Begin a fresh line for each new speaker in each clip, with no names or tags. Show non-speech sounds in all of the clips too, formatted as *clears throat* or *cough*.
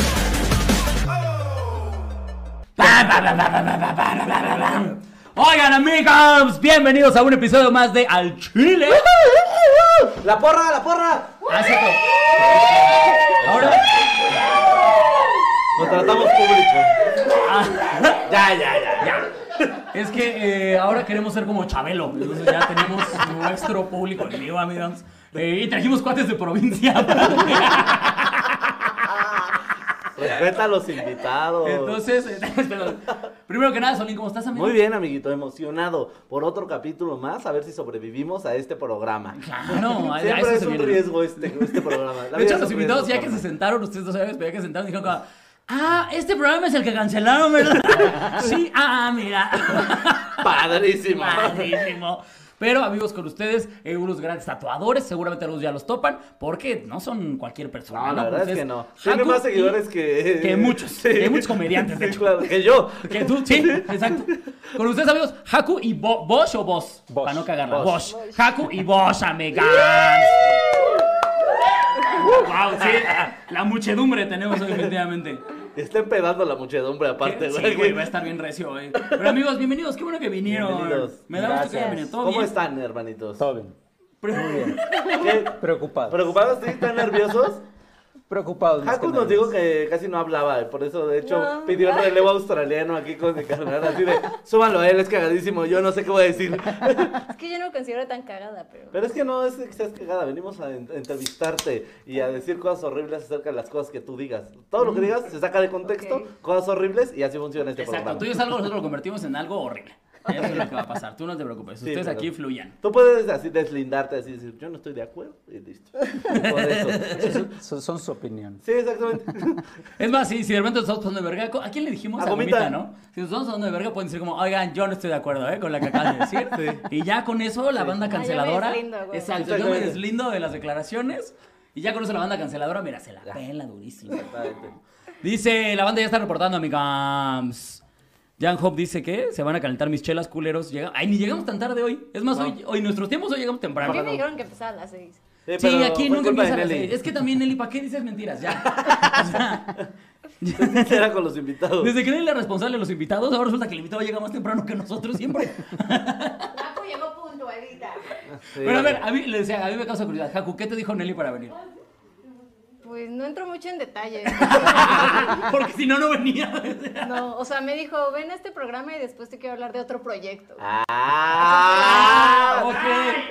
*laughs* Oigan amigos, bienvenidos a un episodio más de Al Chile.
La porra, la porra.
Ah, cierto. Ahora,
Contratamos público.
*laughs* ah,
Ya, ya, ya.
es que eh, ahora queremos ser como Chabelo. Entonces ya tenemos nuestro público en vivo, amigos. Eh, y trajimos cuates de
*laughs*
provincia.
Respeta a los invitados.
Entonces, *laughs* eh, pero, primero que nada, Solín, ¿cómo estás, amigo?
Muy bien, amiguito, emocionado por otro capítulo más, a ver si sobrevivimos a este programa.
Claro, a- a eso
Siempre es
se
un
viene.
riesgo este, este programa. La
De
vida
hecho,
es
los
un
invitados
riesgo,
ya que se
carnal.
sentaron, ustedes no sabían, pero ya que se sentaron, dijeron como, ah, este programa es el que cancelaron,
*laughs*
¿verdad? sí, ah, mira.
Padrísimo.
Padrísimo. Pero amigos con ustedes, eh, unos grandes tatuadores, seguramente algunos ya los topan, porque no son cualquier persona.
No, la verdad
Entonces,
es que no. Tiene
Haku
más
y-
seguidores que...
que muchos, que muchos comediantes, de
*laughs* Sí,
hecho.
claro, que yo.
que tú, sí, exacto. Con ustedes, amigos, Haku y Bo- Bosch o Bosch.
Bosch.
Para no cagarla. Bosch.
Bosch.
Haku y Bosch, amigas. wow, sí. La muchedumbre tenemos hoy, efectivamente.
Está empedando la muchedumbre aparte,
Sí,
güey.
güey, va a estar bien recio hoy. Pero amigos, bienvenidos. Qué bueno que vinieron.
Bienvenidos.
Me da gusto que
Gracias.
hayan venido. ¿Todo
¿Cómo
bien?
están, hermanitos?
Todo bien.
¿Qué?
Preocupados.
¿Preocupados? ¿Sí? ¿Están nerviosos?
Preocupados. más que
Haku
nada.
nos dijo que casi no hablaba, por eso de hecho
No.
pidió el relevo australiano aquí con mi carnal, así de, súmalo a él, es cagadísimo, yo no sé qué voy a
*laughs*
decir.
Es que yo no me considero tan cagada, pero.
Pero es que no, es que seas cagada, venimos a en- a entrevistarte y a decir cosas horribles acerca de las cosas que tú digas. Todo lo que digas se saca de contexto,
Mm. Ok.
cosas horribles y así funciona este
Exacto.
programa.
Tú y yo algo, nosotros lo convertimos en algo horrible. Eso es lo que va a pasar. Tú no te preocupes.
Sí,
Ustedes
pero-
aquí fluyan.
Tú puedes así deslindarte, así decir, yo no estoy de acuerdo y
*laughs*
listo. Por eso.
Son, son su opinión.
Sí,
*laughs*
exactamente.
Es más, si, si de repente nos estamos pasando de verga, ¿a quién le dijimos?
A
A Gomita,
Gomita.
¿no? Si nos estamos pasando de verga, pueden decir como, oigan, yo no estoy de acuerdo, ¿eh? Con la que acabas de
*laughs*
decir. Y ya con eso, la banda
Ah, yo me
canceladora.
deslindo, güey.
exacto, yo me
Exactamente.
deslindo de las declaraciones. Y ya con eso, la banda canceladora, mira, se la pela durísimo.
Exactamente.
Dice, la banda ya está reportando, amigams. Jan Hop dice que se van a calentar mis chelas, culeros. Llega... Ay, ni llegamos tan tarde hoy. Es más, hoy, hoy nuestros tiempos hoy llegamos
A
temprano.
mí me dijeron que empezaba a las 6.
Sí,
Sí,
pero
aquí
fue
nunca
culpa de
empieza a las
Nelly.
seis. Es que también, Nelly, ¿para qué dices mentiras?
*laughs*
Ya. O sea,
Sé *laughs* sincera con los invitados.
desde que Nelly era responsable de los invitados, ahora resulta que el invitado llega más temprano que nosotros siempre.
Paco llegó puntualita.
Sí.
Pero a ver, a mí, le decía, a mí me causa curiosidad. Jacu, ¿qué te dijo Nelly para
*laughs*
venir?
Pues no entro mucho en detalle.
Porque si no, no venía.
No, o sea, me dijo, ven a este programa y después te quiero hablar de otro proyecto.
¡Ah!
ok.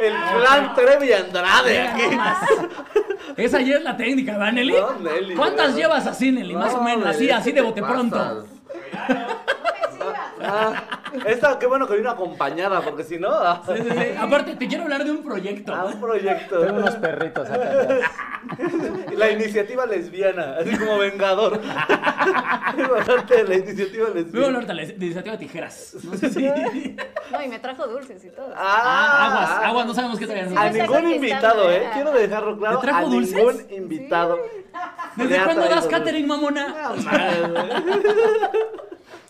El plan Trevi Andrade
Mira,
aquí.
no más. Esa ya es la técnica, ¿verdad, Nelly?
No, Nelly,
¿Cuántas
no.
llevas así, Nelly? Más o
No,
menos,
Nelly,
así,
¿qué
así de
te
bote
pasas?
pronto.
Ah, esta, qué bueno que vino acompañada, porque si no, ah,
Sí, sí, sí. Aparte, te quiero hablar de un proyecto.
a un proyecto.
Tengo unos perritos acá
*laughs*
atrás.
La iniciativa lesbiana, así
*laughs*
como Vengador. Parte de la iniciativa
Luego
lesbiana.
ahorita la de iniciativa tijeras. No sé si.
No, y me trajo dulces y todo.
Ah, *laughs* aguas, aguas, no sabemos qué traían.
Sí,
A
sí, sí.
ningún
Esa
invitado, ¿eh?
conquistadora.
Quiero dejarlo claro.
¿Te trajo
a
dulces?
ningún invitado. se le
¿Desde
ha
cuándo das
traído
catering, mamona? *laughs*
dulces.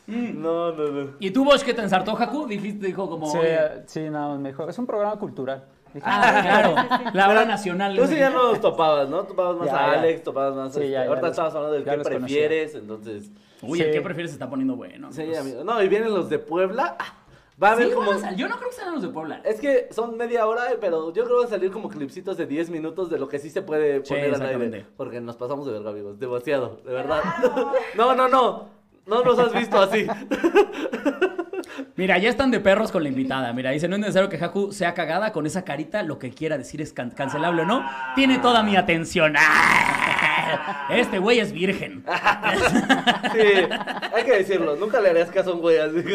Mm.
No, no, no.
¿Y tú, Bosch, que te ensartó, Haku? Dijiste, dijo como.
Sí,
oye,
eh, sí, nada más me dijo. Es un programa cultural. Dije,
Ah,
*laughs*
claro. La hora
Pero
nacional.
Tú sí ya no los topabas, ¿no? Topabas más
Ya,
a
ya.
Alex, topabas más a... este,
Sí, ya, ya
Ahorita
los-
estabas hablando del
ya
que
los conocía.
prefieres, entonces...
Uy, el
Sí.
que prefieres se está poniendo bueno.
Sí,
amigos.
amigo. No, y vienen los de Puebla. Ah, Va a
Sí,
haber como...
van a sal- Yo no creo que sean los de Puebla.
Es que son media hora, eh, pero yo creo que van a salir como clipsitos de 10 minutos de lo que sí se puede
Sí,
poner al aire.
exactamente.
Porque nos pasamos de verga, amigos. Demasiado, de verdad. No, no, no. No nos has visto así. *laughs*
Mira, ya están de perros con la invitada. Mira, dice, no es necesario que Haku sea cagada con esa carita. Lo que quiera decir es can- cancelable o no. Tiene toda mi atención. ¡Ah! Este güey es virgen.
Sí, hay que decirlo. Nunca le harías caso a un güey así. *laughs*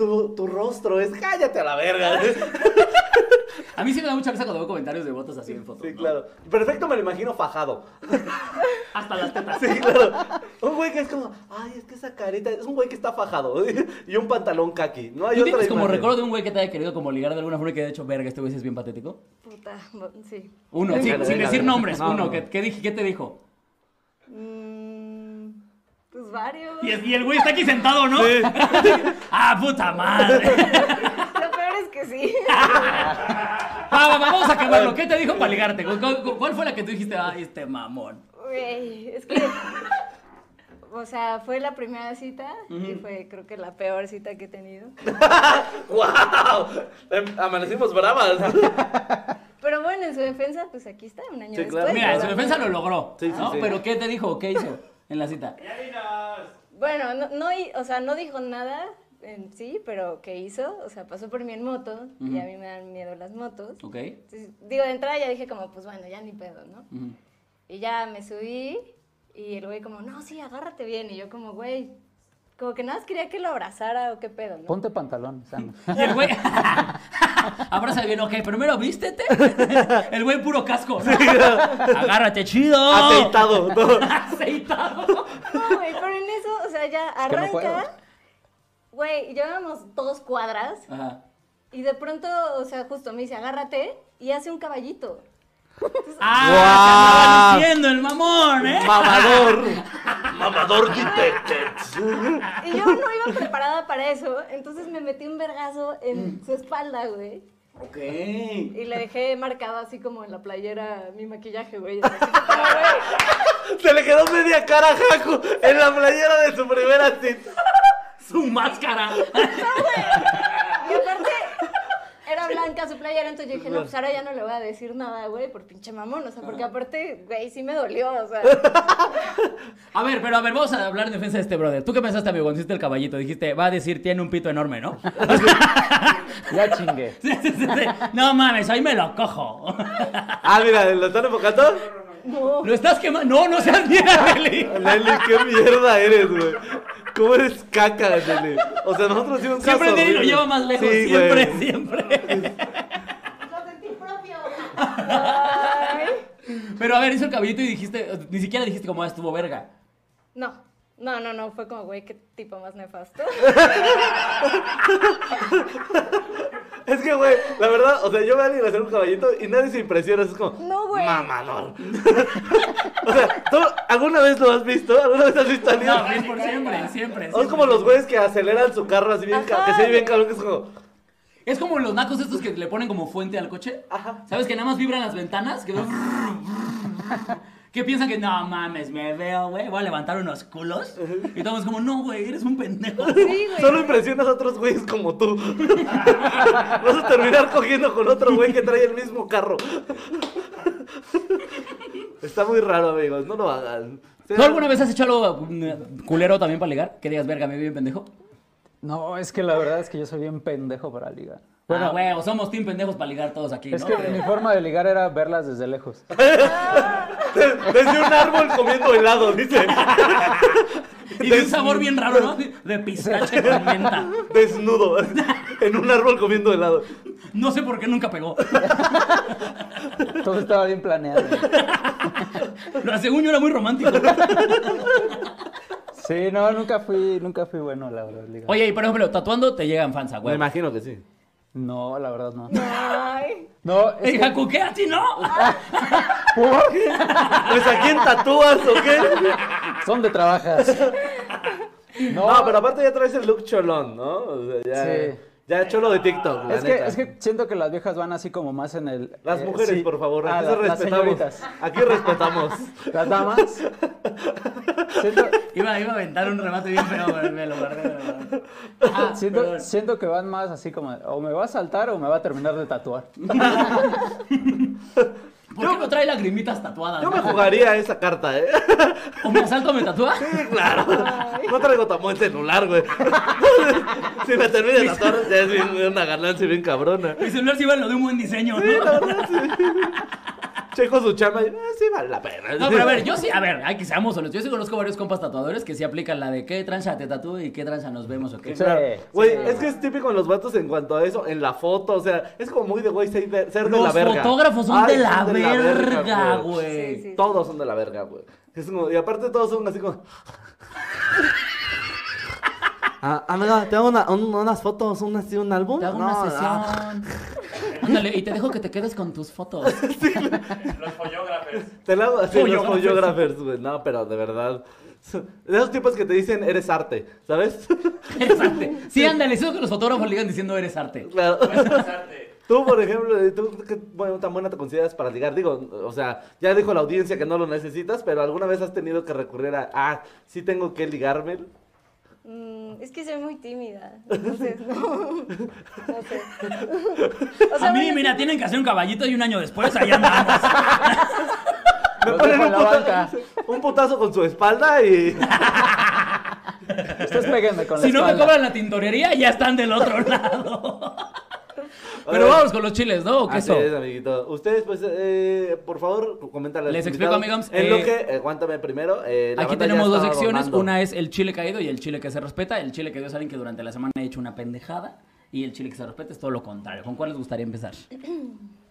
Tu, tu rostro es cállate a la
*laughs*
verga.
A mí sí me da mucha risa cuando veo comentarios de votos así en fotos.
Sí,
¿no?
claro. Perfecto, me lo imagino fajado.
Hasta las tetas.
Sí, claro. Un güey que es como, ay, es que esa carita. Es un güey que está fajado. *laughs* Y un pantalón kaki. No hay
¿Tú
otra
tienes como
imagen.
recuerdo de un güey que te haya querido como ligar de alguna forma y que de hecho, verga, este güey sí es bien patético?
Puta, bo- sí.
Uno, sí,
Venga,
sin
venga,
decir
venga.
nombres,
No,
uno.
no.
¿qué, qué dije- qué te dijo?
Mm, pues varios.
Y, es- y el güey está aquí sentado, ¿no? *laughs* ¡Ah, puta madre!
Lo peor es que sí.
Ah, va, va, vamos a acabarlo. ¿Qué te dijo para ligarte? ¿Cu- cu- cu- ¿Cuál fue la que tú dijiste? Ay, este mamón.
Güey, es que. o sea, fue la primera cita y fue creo que la peor cita que he tenido.
¡Wow! Em, Amanecimos
*laughs*
bravas. *laughs*
Pero bueno, en su defensa, pues aquí está, un año
Sí,
después.
claro.
Pues Mira, en su defensa lo logró.
Sí, sí,
¿no?
sí.
Pero ¿qué te dijo? ¿Qué hizo en la cita?
Bueno, no, no hi- o sea, no dijo nada en sí, pero ¿qué hizo? O sea, pasó por mí en moto y a mí me dan miedo las motos.
¿Ok?
Entonces, digo, de entrada ya dije como, pues bueno, ya ni pedo, ¿no?
Ujú.
Y ya me subí y el güey como, no, sí, agárrate bien. Y yo como, güey, como que nada más quería que lo abrazara o qué pedo, ¿no?
Ponte pantalón, Sam.
Y el güey. *laughs* Abraza bien, ok. Primero
*laughs*
vístete. El güey puro casco. ¿no? Agárrate chido.
Aceitado. ¿no?
Aceitado.
No, güey, pero en eso, o sea, ya
que no puedo.
arranca. Güey, llevábamos dos cuadras
Ajá.
y de pronto, o sea, justo me dice, agárrate y hace un caballito.
Ah,
Guau.
se andaba luciendo el mamón, ¿eh? *laughs*
Mamador. Mamador detected.
Y yo no iba preparada para eso, entonces me metí un vergazo en su espalda, güey.
Ok.
Y le dejé marcado así como en la playera mi maquillaje, güey. Así como,
*laughs*
güey,
Se le quedó media cara a Jaco en la playera de su primera cita.
Su máscara. *laughs*
Y aparte, era blanca su playera, entonces yo dije, no, pues ahora ya no le voy a decir nada, güey, por pinche mamón. O sea, porque aparte, güey, sí me dolió, o sea.
A ver, pero a ver, vamos a hablar en defensa de este brother. ¿Tú qué pensaste, amigo, cuando hiciste el caballito? Dijiste, va a decir, tiene un pito enorme, ¿no? *laughs*
Ya chingué.
Sí, sí, sí, sí. No mames, ahí me lo cojo.
Ah, mira, ¿lo están enfocando?
No.
¿Lo estás quemando? No, no seas
*laughs*
mierda, Eli.
Nelly, qué mierda eres, güey. ¿Cómo eres caca, Nelly? O sea, nosotros hicimos un
Siempre
caso
Nelly lo
horrible.
lleva más lejos.
Sí,
siempre,
güey. *laughs*
siempre.
Lo sentí propio.
Ay.
Pero a ver, hizo el caballito y dijiste, ni siquiera dijiste como "Ah, estuvo verga.
No, no, no, no, fue como, güey, qué tipo más nefasto.
Es que, güey, la verdad, o sea, yo veo a alguien hacer un caballito y nadie se impresiona. Es como,
No, güey.
mamador. o sea, ¿tú alguna vez lo has visto? ¿Alguna vez has visto a alguien?
No, es por siempre, siempre.
Son
siempre.
como los güeyes que aceleran su carro así bien, ca- que se ve bien cabrón, que es como,
Es como los nacos estos que le ponen como fuente al coche.
Ajá.
¿Sabes que nada más vibran las ventanas?
*laughs*
Que, que piensan que no mames, me veo, güey. Voy a levantar unos culos. Y todos como, no, güey, eres un pendejo.
Sí,
solo
güey.
impresionas a otros güeyes como tú. *laughs* Vas a terminar cogiendo con otro güey que trae el mismo carro. *laughs* Está muy raro, amigos, no lo hagan.
¿Tú
*laughs*
alguna vez has hecho algo mm, culero también para ligar? Que digas, verga, me vi bien pendejo.
No, es que la verdad es que yo soy bien pendejo para ligar.
Bueno,
Ah.
Bueno,
güey, o somos team pendejos para ligar todos aquí,
es
¿no?
que
Pero-
mi forma de ligar era verlas desde lejos.
Desde un árbol comiendo helado, dice.
*laughs* Y de un sabor bien raro, ¿no? De pistache con menta.
Desnudo. *laughs* En un árbol comiendo helado.
No sé por qué nunca pegó.
Todo estaba bien planeado.
Lo según yo era muy romántico.
Sí, no, nunca fui, nunca fui bueno, la verdad, ligar.
Oye, y por ejemplo, tatuando te llegan fans, güey.
imagino que sí.
No, la verdad no.
Ay.
No,
*laughs*
es
Hija,
que,
cuquea a ti, ¿no?
Pues a quién tatúas o qué?
¿dónde trabajas?
No, pero aparte ya traes el look cholón, ¿no? O sea, ya,
Sí.
ya cholo de TikTok. la
Es que,
neta.
es que siento que las viejas van así como más en el...
Las
eh,
mujeres,
sí.
por favor,
Ah,
aquí
la-
se respetamos.
Las señoritas.
Aquí respetamos.
Las damas.
*laughs*
Siento,
Iba, iba a aventar un remate bien feo, pero me lo guardé. me lo guardé. Ah,
siento,
perdón.
siento que van más así como... de, O me va a saltar o me va a terminar
*laughs*
de tatuar.
¿Por qué no trae lagrimitas tatuadas?
Yo me
no?
jugaría esa carta, ¿eh?
¿O me asalto o me tatúa?
Claro. No traigo tampoco el celular, güey. *laughs* Si me termino de tatuar, ya es bien- una ganancia bien cabrona.
Mi celular sí va en lo de un buen diseño, ¿no?
Sí, la verdad, sí. Checo su chamba y "Ah, sí vale la pena.
No, pero a ver, yo sí, a ver, hay que seamos honestos. Yo sí conozco varios compas tatuadores que sí aplican la de qué tranza te tatúo y qué tranza nos vemos, ¿ok?
Sí.
Güey, es que es típico en los vatos en cuanto a eso, en la foto, o sea, es como muy de güey ser de, ser de la
Los
verga.
fotógrafos son
Ay,
de la verga,
Sí,
güey.
sí.
Todos son de la verga, güey. Es como- y aparte todos son así como... Ah, amiga, te hago unas fotos, un, un álbum. ah.
Te hago una sesión. Ándale, y te dejo que te quedes con tus fotos.
Los follógrafos.
Te la hago así, los
Follógrafos.
follógrafers, güey. No, pero de verdad. De esos tipos que te dicen, eres arte, ¿sabes?
Eres arte. Sí, ándale, eso es lo que los fotógrafos le digan diciendo eres arte.
Claro.
Puedes casarte.
*laughs* Tú, por ejemplo, ¿tú qué bueno, tan buena te consideras para ligar? Digo, o sea, ya dijo la audiencia que no lo necesitas, pero ¿alguna vez has tenido que recurrir a, ah, sí tengo que ligarme?
Mm, es que soy muy
*laughs*
tímida. Entonces, no. No sé.
*laughs*
O sea,
A mí,
bueno,
mira, tienen que hacer un caballito y un año después allá andamos.
Me
Lo
ponen
dejo
un
en la banca.
putazo, un putazo con su espalda y...
Ustedes péguenme con la
Si no me
espalda.
cobran la tintorería, ya están del otro *laughs* lado. Pero vamos con los chiles, ¿no? ¿O qué
Así
eso?
es, amiguito. Ustedes, pues, eh, por favor, coméntale. a los
Les explico,
invitados.
amigos,
En lo
eh,
que, eh, aguántame primero. eh, la
Aquí
banda ya
tenemos dos
estaba
secciones.
dormando.
Una es el chile caído y el chile que se respeta. El chile caído es alguien que durante la semana ha hecho una pendejada. Y el chile que se respeta es todo lo contrario. ¿Con cuál les gustaría empezar?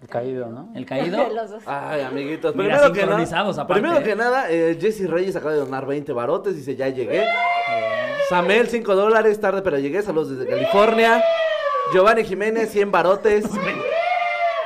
Caído, ¿no?
¿El caído?
*laughs* los dos.
Ay, amiguitos.
Mira,
Primero que
sincronizados
nada,
aparte,
primero
¿eh?
que nada eh, Jesse Reyes acaba de donar 20 barotes. Dice, ya llegué. Samel, 5 dólares. Tarde, pero llegué. Saludos desde California. Giovanni Jiménez, 100 barotes.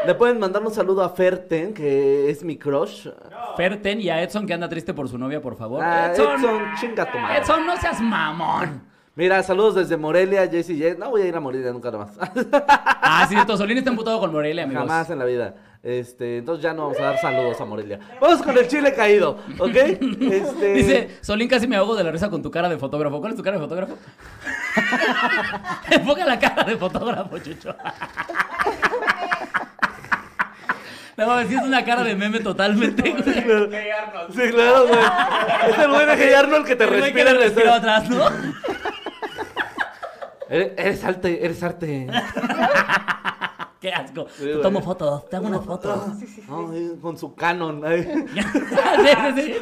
Le pueden mandar un saludo a Ferten, que es mi crush.
Ferten y a Edson, que anda triste por su novia, por favor.
Ah,
Edson, Edson,
Edson, chinga tu madre.
no seas mamón.
Mira, saludos desde Morelia, Jesse. Ye- No voy a ir a Morelia nunca más.
Ah, sí, cierto. Solín está emputado con Morelia, amigos.
Jamás en la vida. Este, entonces ya no vamos a dar saludos a Morelia. Vamos con el chile caído,
*laughs*
¿ok? Este,
Dice, Solín casi me ahogo de la risa con tu cara de fotógrafo. ¿Cuál es tu cara de fotógrafo? *laughs* Enfoca la cara de fotógrafo, Chucho. *laughs* No mames, sí es una cara de meme totalmente. güey.
Hey, Arnold.
Sí, claro, güey.
*laughs*
Es el güey de Hey Arnold que te
El güey que
respira
le
en el
respira atrás, ¿no? *laughs*
Eres eres arte, eres
*laughs*
arte.
Qué asco.
Sí, güey.
Te tomo fotos, te hago una foto.
No, eh, con su canon. ay.
*laughs*
*laughs*
Sí, sí, sí.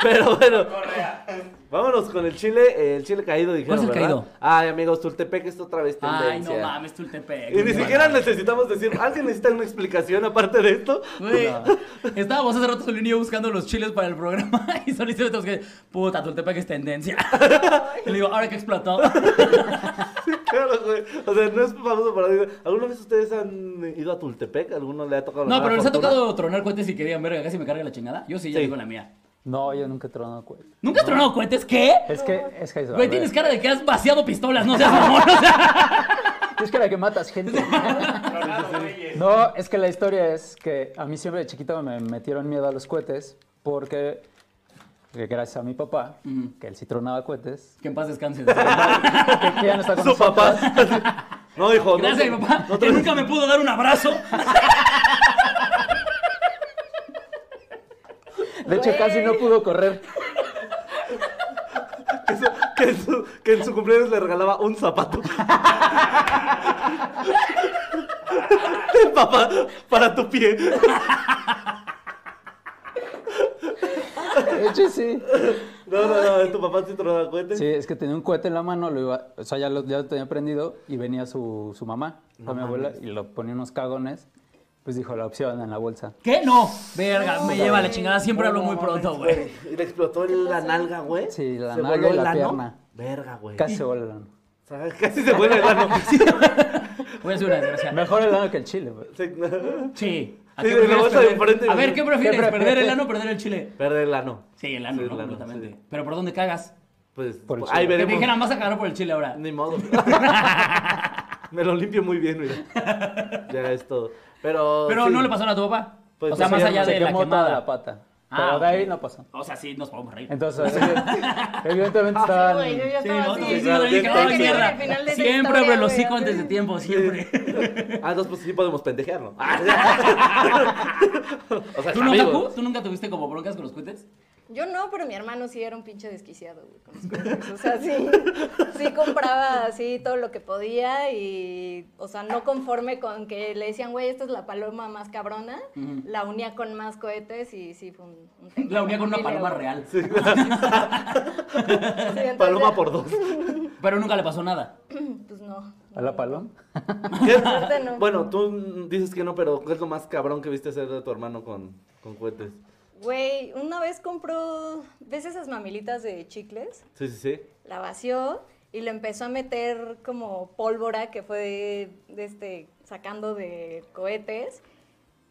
Pero bueno,
Correa.
vámonos con el chile, eh, el chile caído, dijeron,
¿Cuál es el
¿verdad?
caído?
Ay, amigos, Tultepec es otra vez tendencia.
Ay, no mames, Tultepec.
Y ni
No
siquiera
mames.
necesitamos decir, ¿alguien necesita una explicación aparte de esto? *laughs*
Güey, estábamos hace rato Solín y yo buscando los chiles para el programa *laughs* y Solín se metió que, puta, Tultepec es
*laughs*
tendencia. *laughs* Y le digo, ahora que explotó.
Claro, güey. O sea, no es famoso para decir. ¿Alguna vez ustedes han ido a Tultepec? ¿Alguno le ha tocado la
No, pero
mala
les ha
fortuna?
tocado tronar cohetes y que digan, verga, casi me carga la chingada. Yo sí, ya
Sí.
digo la mía.
No, yo nunca he tronado cuello.
¿Nunca has tronado cohetes? ¿Qué?
Es que, es que... a
Güey,
ver,
tienes cara de que has vaciado pistolas, no seas mamón. O sea,
*laughs*
Es que la que matas
*laughs*
gente.
Ronaldo Reyes.
No, es que la historia es que a mí siempre de chiquito me metieron miedo a los cohetes porque, que gracias a mi papá, que él sí tronaba cohetes,
que en paz descanses.
que que ya no está con
Su
nosotros.
papá. *laughs* No, hijo. no,
Gracias a
no,
mi papá,
no
que
te-
nunca me pudo dar un abrazo.
De hecho, casi no pudo correr.
que, su- que en su, que en su cumpleaños le regalaba un zapato. Ten, papá, para tu pie.
De hecho, sí.
No, no, no, tu papá sí te lo da cuenta.
Sí, es que tenía un cohete en la mano, lo iba, o sea, ya lo, ya lo tenía prendido y venía su, su mamá, con mi abuela, y lo ponía unos cagones. Pues dijo, la opción en la bolsa.
¿Qué? No. Verga, me lleva la chingada. Siempre hablo muy pronto, güey.
Y le explotó la nalga, güey.
Sí, la
Se
nalga
voló
y la
el ano.
pierna.
Verga, güey.
Casi se voló el
*laughs*
ano.
O sea, Casi se vuelve el ano.
Voy a hacer una desgracia.
Mejor el ano que el chile, güey.
Sí, no.
Sí. ¿A,
Sí,
qué
de la
prefieres
bolsa de
perder?
enfrente,
a ver,
güey.
¿qué prefieres?
¿Qué prefieres?
¿Perder el ano o perder el chile?
Pierde el ano.
Sí, el ano,
Sí,
¿no?
el ano,
Completamente.
sí.
Pero ¿por dónde cagas?
Pues
Por el
ahí
suelo.
Que te
veremos.
dijeran, vas a cagar por el chile ahora.
Ni
*laughs*
modo. Me lo limpio muy bien, mira. Ya es todo. Pero.
Pero
sí.
no le pasó nada a tu papá.
Pues,
o sea,
sí,
más
ya
allá
no sé
de la
quemó toda la
quemada.
pata.
Ah,
pero de ahí
ok.
no pasó.
O sea, sí, nos podemos reír. *laughs*
Entonces, evidentemente
Sí,
estaban...
güey, yo ya
Sí,
estaba
¿no?
así.
Sí, sí,
ya,
lo dije,
ya
ay,
está.
mierda.
Al final de esa
Siempre
historia,
abre el
güey,
hocico
así.
antes de tiempo, siempre.
Ah, entonces pues sí podemos pendejearlo.
Ah.
*laughs* o sea,
¿Tú
amigos.
nunca, Q? ¿Tú nunca tuviste como broncas con los cohetes?
Yo no, pero mi hermano sí era un pinche desquiciado, güey, con los cohetes. O sea, sí, sí compraba así todo lo que podía y, o sea, no conforme con que le decían, güey, esta es la paloma más cabrona, la unía con más cohetes y sí fue un, un tema
La unía con una
familiar,
paloma
güey.
real.
Sí, entonces,
Paloma por
*laughs*
dos.
Pero nunca le pasó nada.
*clears throat* Pues no.
¿A la paloma?
¿Qué es-
Aparte no.
Bueno, tú dices que no, pero ¿qué es lo más cabrón que viste hacer de tu hermano con, con cohetes?
Güey, una vez compró, ¿ves esas mamilitas de chicles?
Sí, sí, sí.
La vació y le empezó a meter como pólvora que fue de este, sacando de cohetes.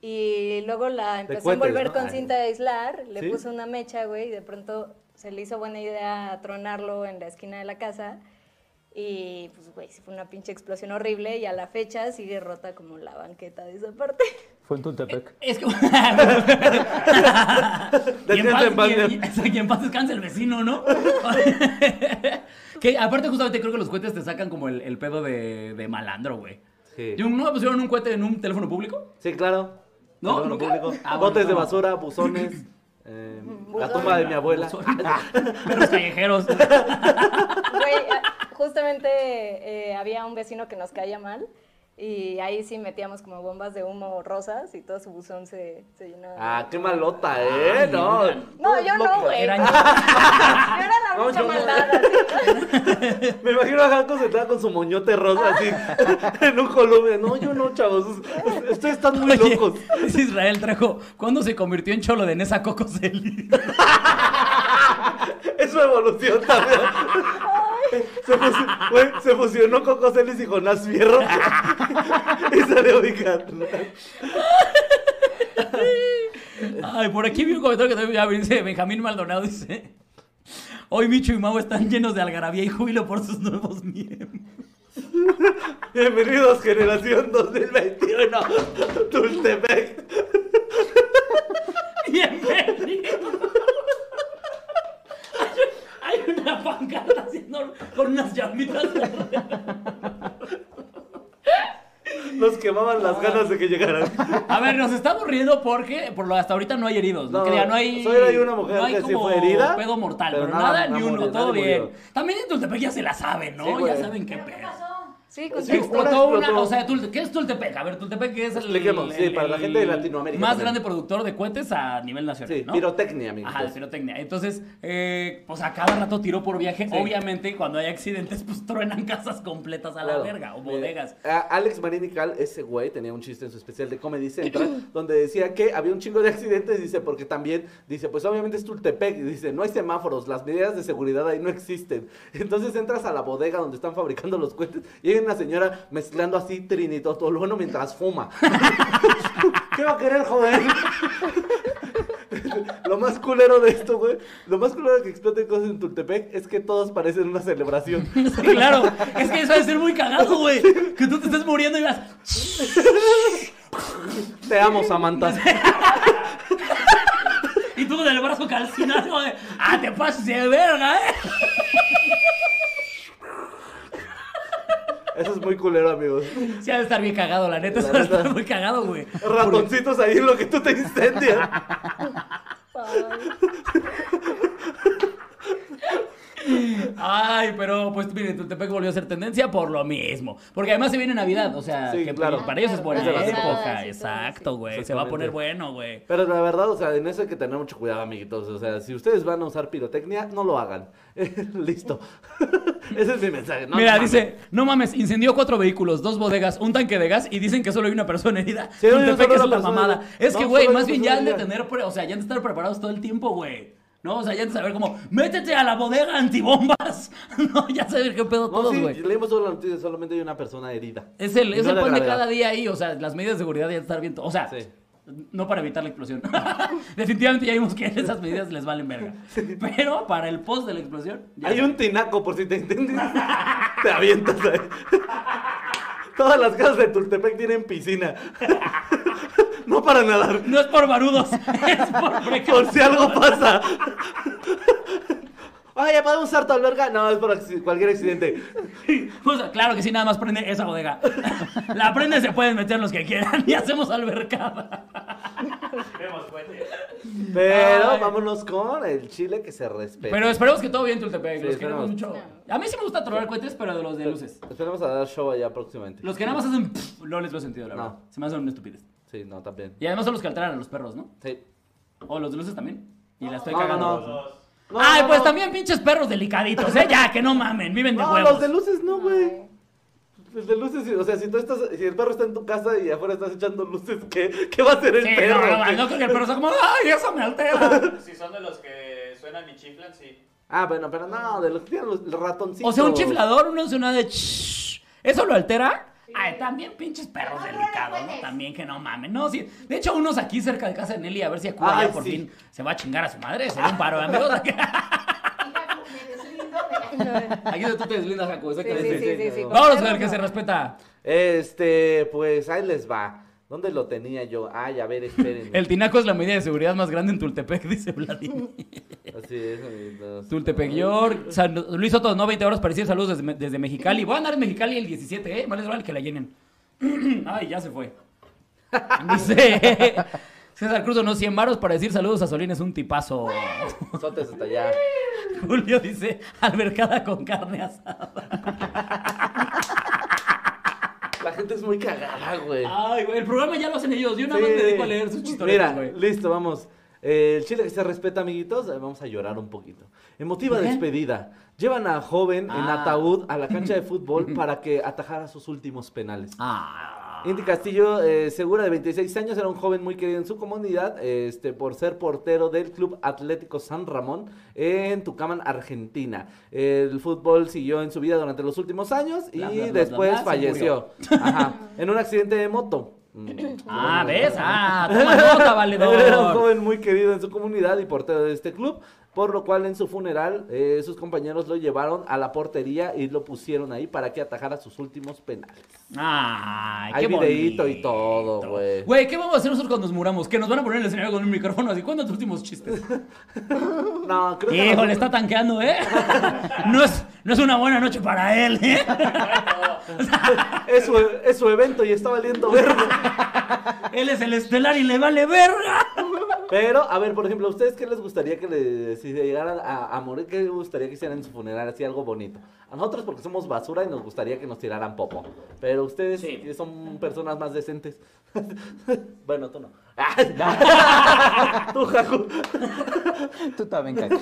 Y luego la empezó
cohetes,
a envolver
¿no?
con
Ay.
cinta de aislar, le
¿Sí?
puso una mecha, güey, y de pronto se le hizo buena idea tronarlo en la esquina de la casa. Y pues, güey, sí fue una pinche explosión horrible y a la fecha sigue rota como la banqueta de esa parte. *laughs*
Fue en Tultepec.
Es que.
Detente,
quien paz,
Wagner.
y en- y- y en paz descanse el vecino, ¿no? que aparte, justamente creo que los cohetes te sacan como el, el pedo de, de malandro, güey.
Sí.
¿Y un- ¿No pusieron un cohete en un teléfono público?
Sí, claro.
¿No?
Perdón,
¿Nunca?
público.
Ah, bueno,
Botes de
no.
basura, buzones. eh, la
Mm, Buzones.
tumba de
*laughs*
mi abuela.
Son- Perros callejeros.
Güey, a- justamente eh, había un vecino que nos caía mal y ahí sí metíamos como bombas de humo rosas y todo su buzón se, se llenaba. de-
Ah, qué malota, ¿eh?
Ay,
no.
mira.
No, yo no, güey. Yo
Eran-
era la
No,
mucha
yo no.
maldad. así.
*laughs* Me imagino a Hanco sentada con su moñote rosa así
Ah.
*laughs* en un columen. No, yo no,
*laughs*
chavos. Ustedes están muy
Oye, *laughs*
locos.
dice Israel Trejo, ¿cuándo se convirtió en cholo de Nesa
*laughs*
Cocoseli?
Es su evolución también. Se, fusi- güey, se fusionó Coco Celis y Jonás Fierro y salió ubicando.
Ay, por aquí vi un comentario que también ya dice Benjamín Maldonado, dice... Hoy Micho y Mau están llenos de algarabía y júbilo por sus nuevos miembros. *laughs*
Bienvenidos, generación 2021. Tultepec.
Bienvenido. *laughs* Hay una pancarta haciendo con unas llamitas.
Nos quemaban las ganas de que llegaran.
A ver, nos estamos riendo porque por lo hasta ahorita no hay heridos. No,
No,
que diga, no hay.
solo hay una mujer
no hay
que sí
como
fue herida,
pedo mortal, pero,
pero
nada,
nada,
ni
no
uno,
murió,
todo
nadie
bien.
murió.
También en Tultepec ya se la saben, ¿no?
Sí,
ya
güey.
saben qué
¿Pero qué
pedo.
Sí,
pasó?
Sí,
contexto.
explotó
una
una,
explotó.
o sea, Tulte- ¿qué es Tultepec? A ver, Tultepec es el,
Expliquemos, sí,
el-
para la gente de Latinoamérica
Más
también.
grande productor de cohetes a nivel nacional,
Sí,
¿no?
pirotecnia, pues. amigos.
Ajá, de pirotecnia. Entonces, eh, pues a cada rato tiró por viaje. Obviamente, cuando hay accidentes, pues truenan *laughs* casas completas a la
Claro.
verga o
Mira,
bodegas.
a- Alex Marín y Cal, ese güey, tenía un chiste en su especial de
*laughs*
Comedy Central, donde decía que había un chingo de accidentes, dice, porque también, dice, pues obviamente es Tultepec, y dice, no hay semáforos, las medidas de seguridad ahí no existen. *laughs* Entonces entras a la bodega donde están fabricando los cohetes y hay una señora mezclando así trinito, todo bueno mientras fuma. *laughs* ¿Qué va a querer, joder? *laughs* Lo más culero de esto, güey, lo más culero de que exploten cosas en Tultepec es que todos parecen una celebración.
Sí, claro. Es que eso debe ser muy cagado, güey. Que tú te estés muriendo y vas.
Te amo, Samantha.
*laughs* Y tú con el brazo calcinado de. ¡Ah, te pases de verga, eh!
Eso es muy culero, amigos. *laughs*
Sí, ha de estar bien cagado, la neta.
La
eso ha de
neta.
estar muy cagado, güey.
Ratoncitos ahí en lo que tú te incendias.
Ay.
Ay, pero pues miren, Tultepec volvió a ser tendencia por lo mismo. Porque además se viene Navidad, o sea,
Sí,
que
claro.
para ellos es
Ah,
buena
claro. Es de las
época.
épocas.
Exacto, güey. Se va a
Exactamente.
poner bueno, güey.
Pero la verdad, o sea, en eso hay que tener mucho cuidado, amiguitos. O sea, si ustedes van a usar pirotecnia, no lo hagan. *laughs* Listo. *laughs* Ese es mi mensaje. No,
Mira,
mames.
dice, no mames, incendió cuatro vehículos, dos bodegas, un tanque de gas y dicen que solo hay una persona herida.
Sí,
Tultepec
solo
es
una
una
persona
mamada.
herida.
Es
No,
que,
solo
güey,
hay
más
una
bien ya han
persona
de
herida.
tener, pre- o sea, ya han de estar preparados todo el tiempo, güey. No, o sea, ya han de saber como, métete a la bodega antibombas. *laughs* no, ya saben qué pedo
No,
todos,
sí,
güey.
leímos solo la noticia, solamente hay una persona herida.
Es el,
Y
es
no
el
de
pan de
gravedad.
cada día ahí, o sea, las medidas de seguridad ya estar bien. to- O sea,
Sí.
no para evitar la explosión. *laughs* Definitivamente ya vimos que esas medidas les valen verga. Pero para el post de la explosión. ya-
Hay un tinaco, por si te entiendes. *laughs* te avientas ahí. *laughs* Todas las casas de Tultepec tienen piscina. *laughs* no para nadar.
No es por barudos, *laughs* es por precaución.
Por si algo pasa. Ay, ya podemos usar tu alberga. No, es por acci- cualquier accidente.
O sea, claro que sí, nada más prende esa
*laughs*
bodega. La prende, se pueden meter los que quieran y hacemos albercada.
Vemos fuentes.
Pero
Ay.
vámonos con el chile que se respeta.
Pero esperemos que todo bien, Tultepec.
Sí,
los queremos mucho.
esperemos.
A mí sí me gusta tronar cohetes, pero de los de luces.
Esperemos a dar show allá próximamente.
Los que nada más hacen. pff, no les veo sentido, la
No.
verdad. Se me hacen una estupidez.
Sí, no, también.
Y además son los que alteran a los perros, ¿no?
Sí.
O los de luces también. Y la estoy
No, no,
cagando.
no.
Dos.
No,
Ay,
no,
pues
no.
también pinches perros delicaditos, ¿eh? Ya, que no mamen, viven de
No,
huevos.
los de luces no, güey.
Ay.
El de luces, sí, o sea, si tú estás, si el perro está en tu casa y afuera estás echando luces, ¿qué, qué va a hacer el
Sí,
perro?
no, no,
¿Qué?
no, creo que el perro sea como, ay, eso me
*laughs*
altera.
Si son de los que suenan y chiflan, sí.
Ah, bueno, pero no, de los que tienen los el ratoncito.
O sea, un chiflador, uno se una de "Shh", ¿Eso lo altera? Ay, también pinches perros
Pero no
delicados, ¿no?
puedes.
También que no mamen. No, sí. De hecho, unos aquí cerca de casa de Nelly, a ver si Acuba
Ay,
ya por
sí.
¿eh, *laughs* fin se va a chingar a su madre. Sería un paro, amigos.
Hija, me deslindo de la
no.
Aquí es donde tú te deslindas, Jaco,
Sí, sí,
exactamente.
sí, sí, sí.
Vámonos con el que se respeta.
Este, pues ahí les va. ¿Dónde lo tenía yo? Ay, a ver, espérenme.
*laughs* El tinaco es la medida de seguridad más grande en Tultepec, *laughs* dice Vladimir.
Así es, amiguitos.
Tultepec, York. San Luis Soto, no, 20 horas para decir saludos desde, desde Mexicali. Voy a andar en Mexicali el 17, ¿eh? Más les vale que la llenen. *clears throat* Ay, ya se
*laughs*
fue. Dice *laughs* César Cruz, no, 100 varos para decir saludos a Solín es un tipazo. *laughs*
Sotes hasta allá.
Julio dice, albercada con carne asada.
La gente es muy cagada, güey.
Ay, güey, el programa ya lo hacen ellos. Yo Ah, nada más
Sí.
me dedico a leer sus
Mira,
chistoritas, güey.
listo, vamos. Eh, el chile que se respeta, amiguitos, eh, vamos a llorar un poquito. Emotiva
¿Por qué?
despedida. Llevan a joven en
Ah.
ataúd a la cancha
*laughs*
de fútbol para que atajara sus últimos penales.
Ah.
Indy Castillo, eh, segura de 26 años, era un joven muy querido en su comunidad este, por ser portero del Club Atlético San Ramón en Tucumán, Argentina. El fútbol siguió en su vida durante los últimos años y
Bla, bla, bla, bla,
después
bla, se
falleció *laughs* Ajá, en un accidente de moto. *laughs* Mm,
Ah,
bueno.
¿ves? Ah, toma nota,
*laughs* Era un
valedor.
joven muy querido en su comunidad y portero de este club, por lo cual en su funeral eh, sus compañeros lo llevaron a la portería y lo pusieron ahí para que atajara sus últimos penales.
Ay,
Hay
qué
videíto
bonito.
y todo, güey.
Güey, ¿qué vamos a hacer nosotros cuando nos muramos? Que nos van a poner en el escenario con un micrófono así. ¿Cuándo tus últimos
*laughs*
chistes?
No, creo que...
Híjole, está tanqueando, ¿eh? No es, no es una buena noche para él, ¿eh?
*laughs* Es su, es su evento y está valiendo verga.
Él es el estelar y le vale verga.
Pero, a ver, por ejemplo, ¿a ustedes qué les gustaría que les, si se llegaran a, a morir, qué les gustaría que hicieran en su funeral? Así algo bonito. A nosotros porque somos basura y nos gustaría que nos tiraran popo. Pero ustedes
Sí.
que son personas
*laughs*
más decentes. bueno, tú no. tú, Jaco.
Tú también, Cacho.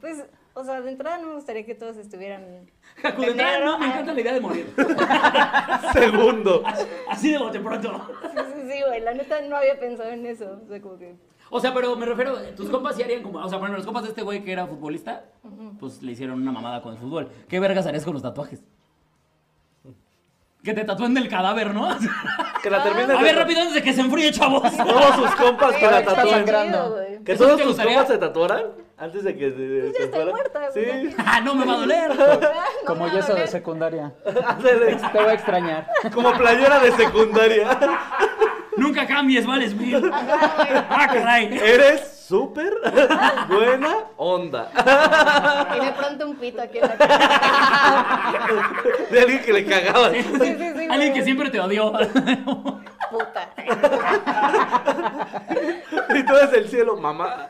Pues, o sea, de entrada no me gustaría que todos estuvieran. *laughs*
Jaco, de entrada, no, me encanta la idea de morir.
*laughs* Segundo.
Así de bote pronto.
Sí, sí, sí, güey, la neta no había pensado en eso. O sea, como que.
O sea, pero me refiero, tus compas sí harían como. O sea, bueno, los compas de este güey que era futbolista, pues le hicieron una mamada con el fútbol. ¿Qué vergas harías con los tatuajes? Que te tatúen del cadáver, ¿no? A
Que la terminen de-
ver, rápido, antes de que se enfríe, chavos.
Todos sus compas que
Güey,
la
está
tatúen.
bien
sangrando.
*laughs*
chido, güey.
Que
¿Eso sí
todos
te
tus
gustaría?
compas se tatuaran antes de que se,
Pues ya
se
estoy
fueran.
muerta, güey,
Sí.
*laughs* Ah, no me va a doler.
Ah, no
Como
me va
yo
a
eso de
doler.
secundaria.
*laughs* Ándale.
Te voy a extrañar.
Como playera de secundaria.
Nunca cambies, vales mil. Ah, caray.
Eres súper *laughs* buena onda.
Y de pronto un pito aquí en la cara.
De alguien que le cagaba.
Sí, sí, sí,
Alguien
güey.
que siempre te odió. *laughs*
Puta.
Y tú eres el cielo, mamá.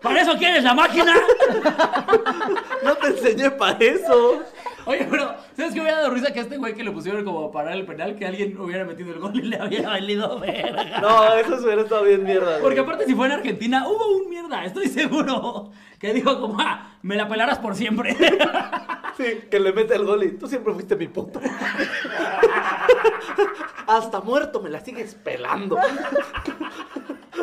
¿Para eso quieres la máquina?
No te enseñé para eso.
Oye, pero, ¿sabes qué hubiera dado risa que a este güey que le pusieron como a parar el penal, que alguien hubiera metido el gol y le había valido verga?
No, eso hubiera estado bien mierda. güey.
Porque aparte si fue en Argentina, hubo un mierda, estoy seguro, que dijo como, ah, me la pelarás por siempre.
Sí, que le mete el gol y tú siempre fuiste mi puta. Hasta muerto me la sigues pelando.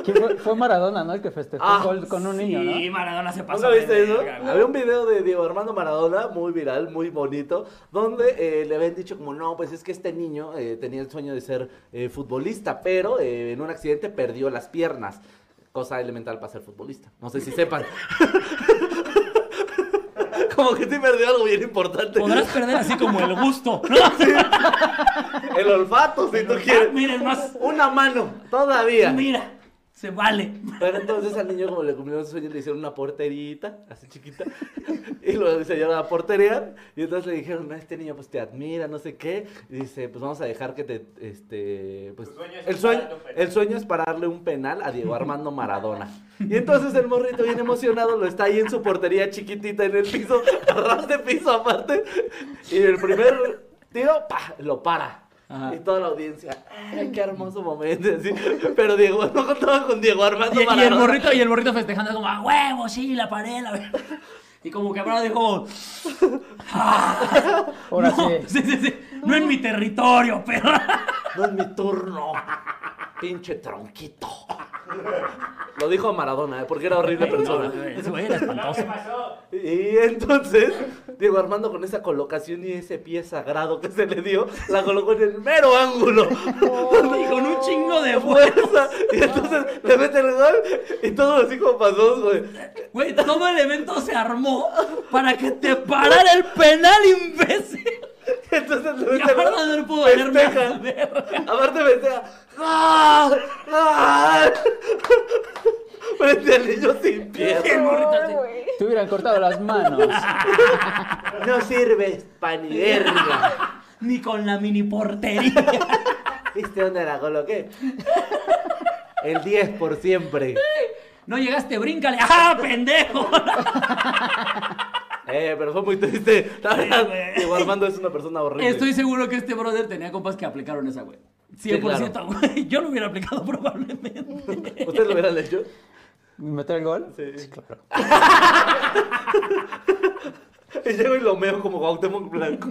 ¿Quién fue? Fue Maradona, ¿no? El que festejó
Ah,
el gol con un niño, ¿no?
Sí, Maradona se pasó.
¿Nunca
de
viste eso?
verga, güey.
Había un video de Diego Armando Maradona, muy viral, muy bonito, donde eh, le habían dicho como, no, pues es que este niño eh, tenía el sueño de ser eh, futbolista, pero eh, en un accidente perdió las piernas. Cosa elemental para ser futbolista. No sé si sepan. *laughs* como que sí perdió algo bien importante.
Podrás perder así como el gusto. ¿no?
El olfato, *laughs* si tú
Ah,
quieres.
mira, es más,
Una mano, todavía.
mira, se vale.
Pero entonces al niño como le cumplieron su sueño le hicieron una porterita, así chiquita, y lo enseñaron a porterear, y entonces le dijeron, "No, este niño pues te admira, no sé qué, y dice, pues vamos a dejar que te, este, pues,
Tu sueño es
el, sueño,
pararle un penal".
el sueño es pararle un penal a Diego Armando Maradona. Y entonces el morrito bien emocionado lo está ahí en su portería chiquitita en el piso, a ras de piso aparte, y el primer tiro, pa, lo para.
Ajá.
Y toda la audiencia, ay, qué hermoso momento. así. Pero Diego, no contaba con Diego Armando.
Y, y el
Maradona.
morrito, y el morrito festejando como, a huevo, sí, la pared, la verga". Y como que habrá dijo,
Ahora
no, sí,
sí.
sí, sí, no en mi territorio,
*laughs*
perra.
No es mi turno. Pinche tronquito. Lo dijo Maradona, ¿eh? porque era horrible persona.
Eso era espantoso.
¿Qué pasó?
Y entonces, Diego Armando con esa colocación y ese pie sagrado que se le dio, la colocó en el mero ángulo. *laughs*
Y con un chingo de fuego.
Fuerza. Y entonces le mete el gol y todos así como pasó, güey.
Güey, todo el evento se armó para que te parara el penal, imbécil.
Entonces le
Y
mete el gol.
aparte no le pudo valer
festeja.
nada, verga.
Aparte festeja. ¡Ah! ¡Ah! *laughs* Frente al niño sin
Y el
piernas.
morrito así.
Ay, güey.
Te hubieran cortado las manos.
No sirves pa' ni verga.
Ni con la mini portería.
¿Viste dónde la coloqué? El 10 por siempre.
No llegaste, bríncale. ¡Ah, pendejo!
Eh, pero fue muy triste. La
Sí,
verdad,
güey.
Diego Armando es una persona horrible.
Estoy seguro que este brother tenía compas que aplicaron esa, güey. 100%, güey. Yo lo hubiera aplicado *laughs* probablemente.
¿Usted lo hubieran hecho?
¿Meter el gol?
Sí.
claro.
*laughs* Y llego y lo meo como Cuauhtémoc Blanco.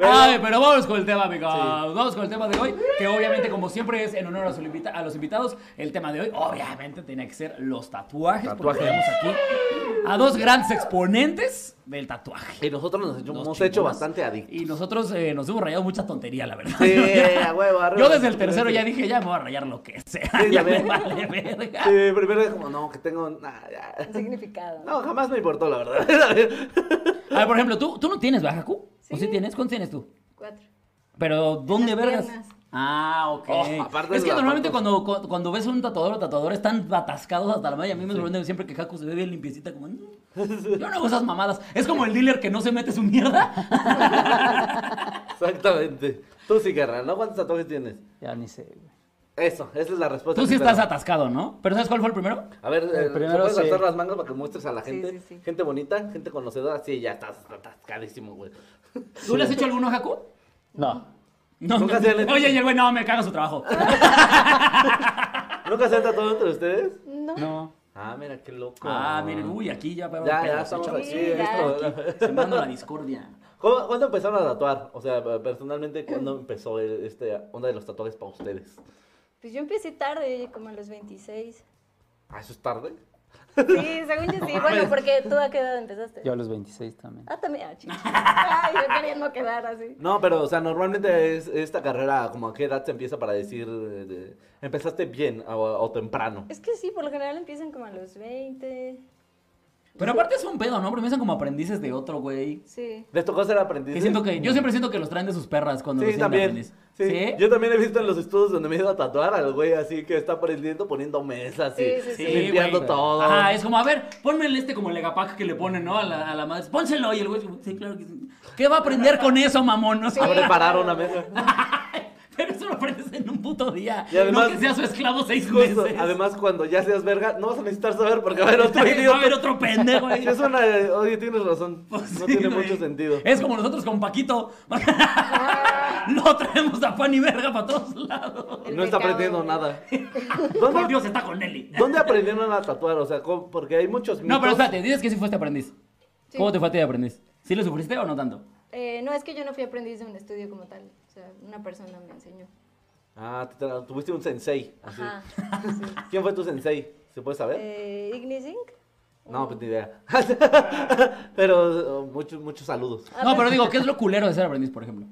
Ay, pero vamos con el tema, amigos. Vamos con el tema de hoy, que obviamente, como siempre, es en honor a, su invita- a los invitados. El tema de hoy, obviamente, tenía que ser los tatuajes, porque tenemos aquí a dos grandes exponentes del tatuaje.
Y nosotros nos
Dos
hemos hecho
chingonas.
bastante adictos.
Y nosotros eh, nos hemos rayado mucha tontería, la verdad.
Sí,
*laughs* Yo-
a huevo, arriba.
Yo desde el tercero ya dije, ya me voy a rayar lo que sea. *laughs*
Sí,
ya me
también.
vale verga.
Sí, primero es como, no, que tengo. nah, ya.
Significado.
No, jamás me importó, la verdad. *laughs*
A ver, por ejemplo, ¿tú, tú no tienes, ¿verdad, Jacu? ¿O sí
Sí.
tienes? ¿Cuántos tienes tú?
Cuatro.
Pero, ¿dónde
En las
vergas?
piernas.
Ah, ok.
Oh, aparte
es
de
que
la
normalmente
foto.
cuando, cu- cuando ves un tatuador o tatuador están atascados hasta la madre. A mí me sorprende siempre que Jaco se ve bien limpiecita como...
*laughs*
"Mm". Yo no hago esas mamadas. Es como el dealer que no se mete su mierda.
*laughs* Exactamente. Tú sí, carnal, ¿no? ¿Cuántos tatuajes tienes?
Ya ni sé, güey.
Eso, esa es la respuesta.
Tú sí
que espero.
estás atascado, ¿no? Pero ¿sabes cuál fue el primero?
A ver, eh,
primero
¿se puedes
sí.
saltar las mangas para que muestres a la
Sí,
gente?
sí, sí.
Gente bonita, gente conocedora. Sí, ya estás atascadísimo, güey.
¿Tú le has hecho alguno, Jaco?
No.
No,
Nunca
me-
se le he hecho. Ah,
Oye, y el güey, no, me caga su
*laughs*
trabajo.
¿Nunca se han tatuado entre ustedes?
No.
No.
Ah, mira, qué loco.
ah, miren, uy, aquí ya...
Ya, ya,
pedos,
estamos
chavos.
aquí.
Sí, ya.
esto.
Sembrando la discordia.
¿Cómo- ¿Cuándo empezaron a tatuar? O sea, personalmente, ¿cuándo empezó el- este onda de los tatuajes para ustedes?
Pues yo empecé tarde, como a los 26.
Ah, eso es tarde.
Sí, según yo sí. Bueno, porque tú a qué edad empezaste.
Yo a los 26 también.
Ah, también. Ah, chingada. Ay, yo queriendo quedar así.
No, pero, o sea, normalmente es esta carrera, como a qué edad se empieza para decir, eh, de- empezaste bien o, o temprano.
Es que sí, por lo general empiezan como a los 20.
Pero aparte es un pedo, ¿no? Porque piensan como aprendices de otro, güey.
Sí.
¿Les tocó ser aprendiz?
Que siento que, yo siempre siento que los traen de sus perras cuando
Sí,
recién
también.
aprendes.
Sí. Yo también he visto en los estudios donde me he ido a tatuar al güey así que está aprendiendo poniendo mesas y
Sí, sí, sí.
limpiando
güey.
todo.
Ajá, es como, a ver, ponme el este como el legapac que le ponen, ¿no? A la, a la madre. Pónselo. Y el güey, sí, claro que sí. ¿Qué va a aprender con eso, mamón? No sé.
A preparar una mesa.
*laughs* Pero eso lo aprendes en un puto día.
Y además-
no que sea su esclavo seis
Justo,
meses.
Además, cuando ya seas verga, no vas a necesitar saber porque va a
*laughs*
haber otro
Va a haber
idiota.
otro pendejo ahí.
*laughs* Sí, Es una... Oye, tienes razón.
*laughs* Pues
no
sí,
tiene
güey.
mucho sentido.
Es como nosotros con Paquito. *laughs* Lo traemos a pan y verga para todos lados.
El
No está
pecado.
aprendiendo nada.
*laughs* Por
¿Dónde,
Dios, está con Nelly.
dónde aprendieron a tatuar? O sea, ¿cómo? porque hay muchos mitos.
No, pero espérate, dices que sí fuiste aprendiz.
Sí.
¿Cómo te fue a ti de aprendiz? ¿Sí lo sufriste o no tanto?
Eh, no, es que yo no fui aprendiz de un estudio como tal. O sea, una persona me enseñó.
Ah, te- te- tuviste un sensei. así.
Ajá. sí.
¿Quién fue tu sensei? ¿Se puede saber?
Eh, Ignis Inc.
No, pues ni idea. *laughs* Pero eh, muchos, muchos saludos.
Ah,
No,
pues-
pero digo, ¿qué es lo culero de ser aprendiz, por ejemplo?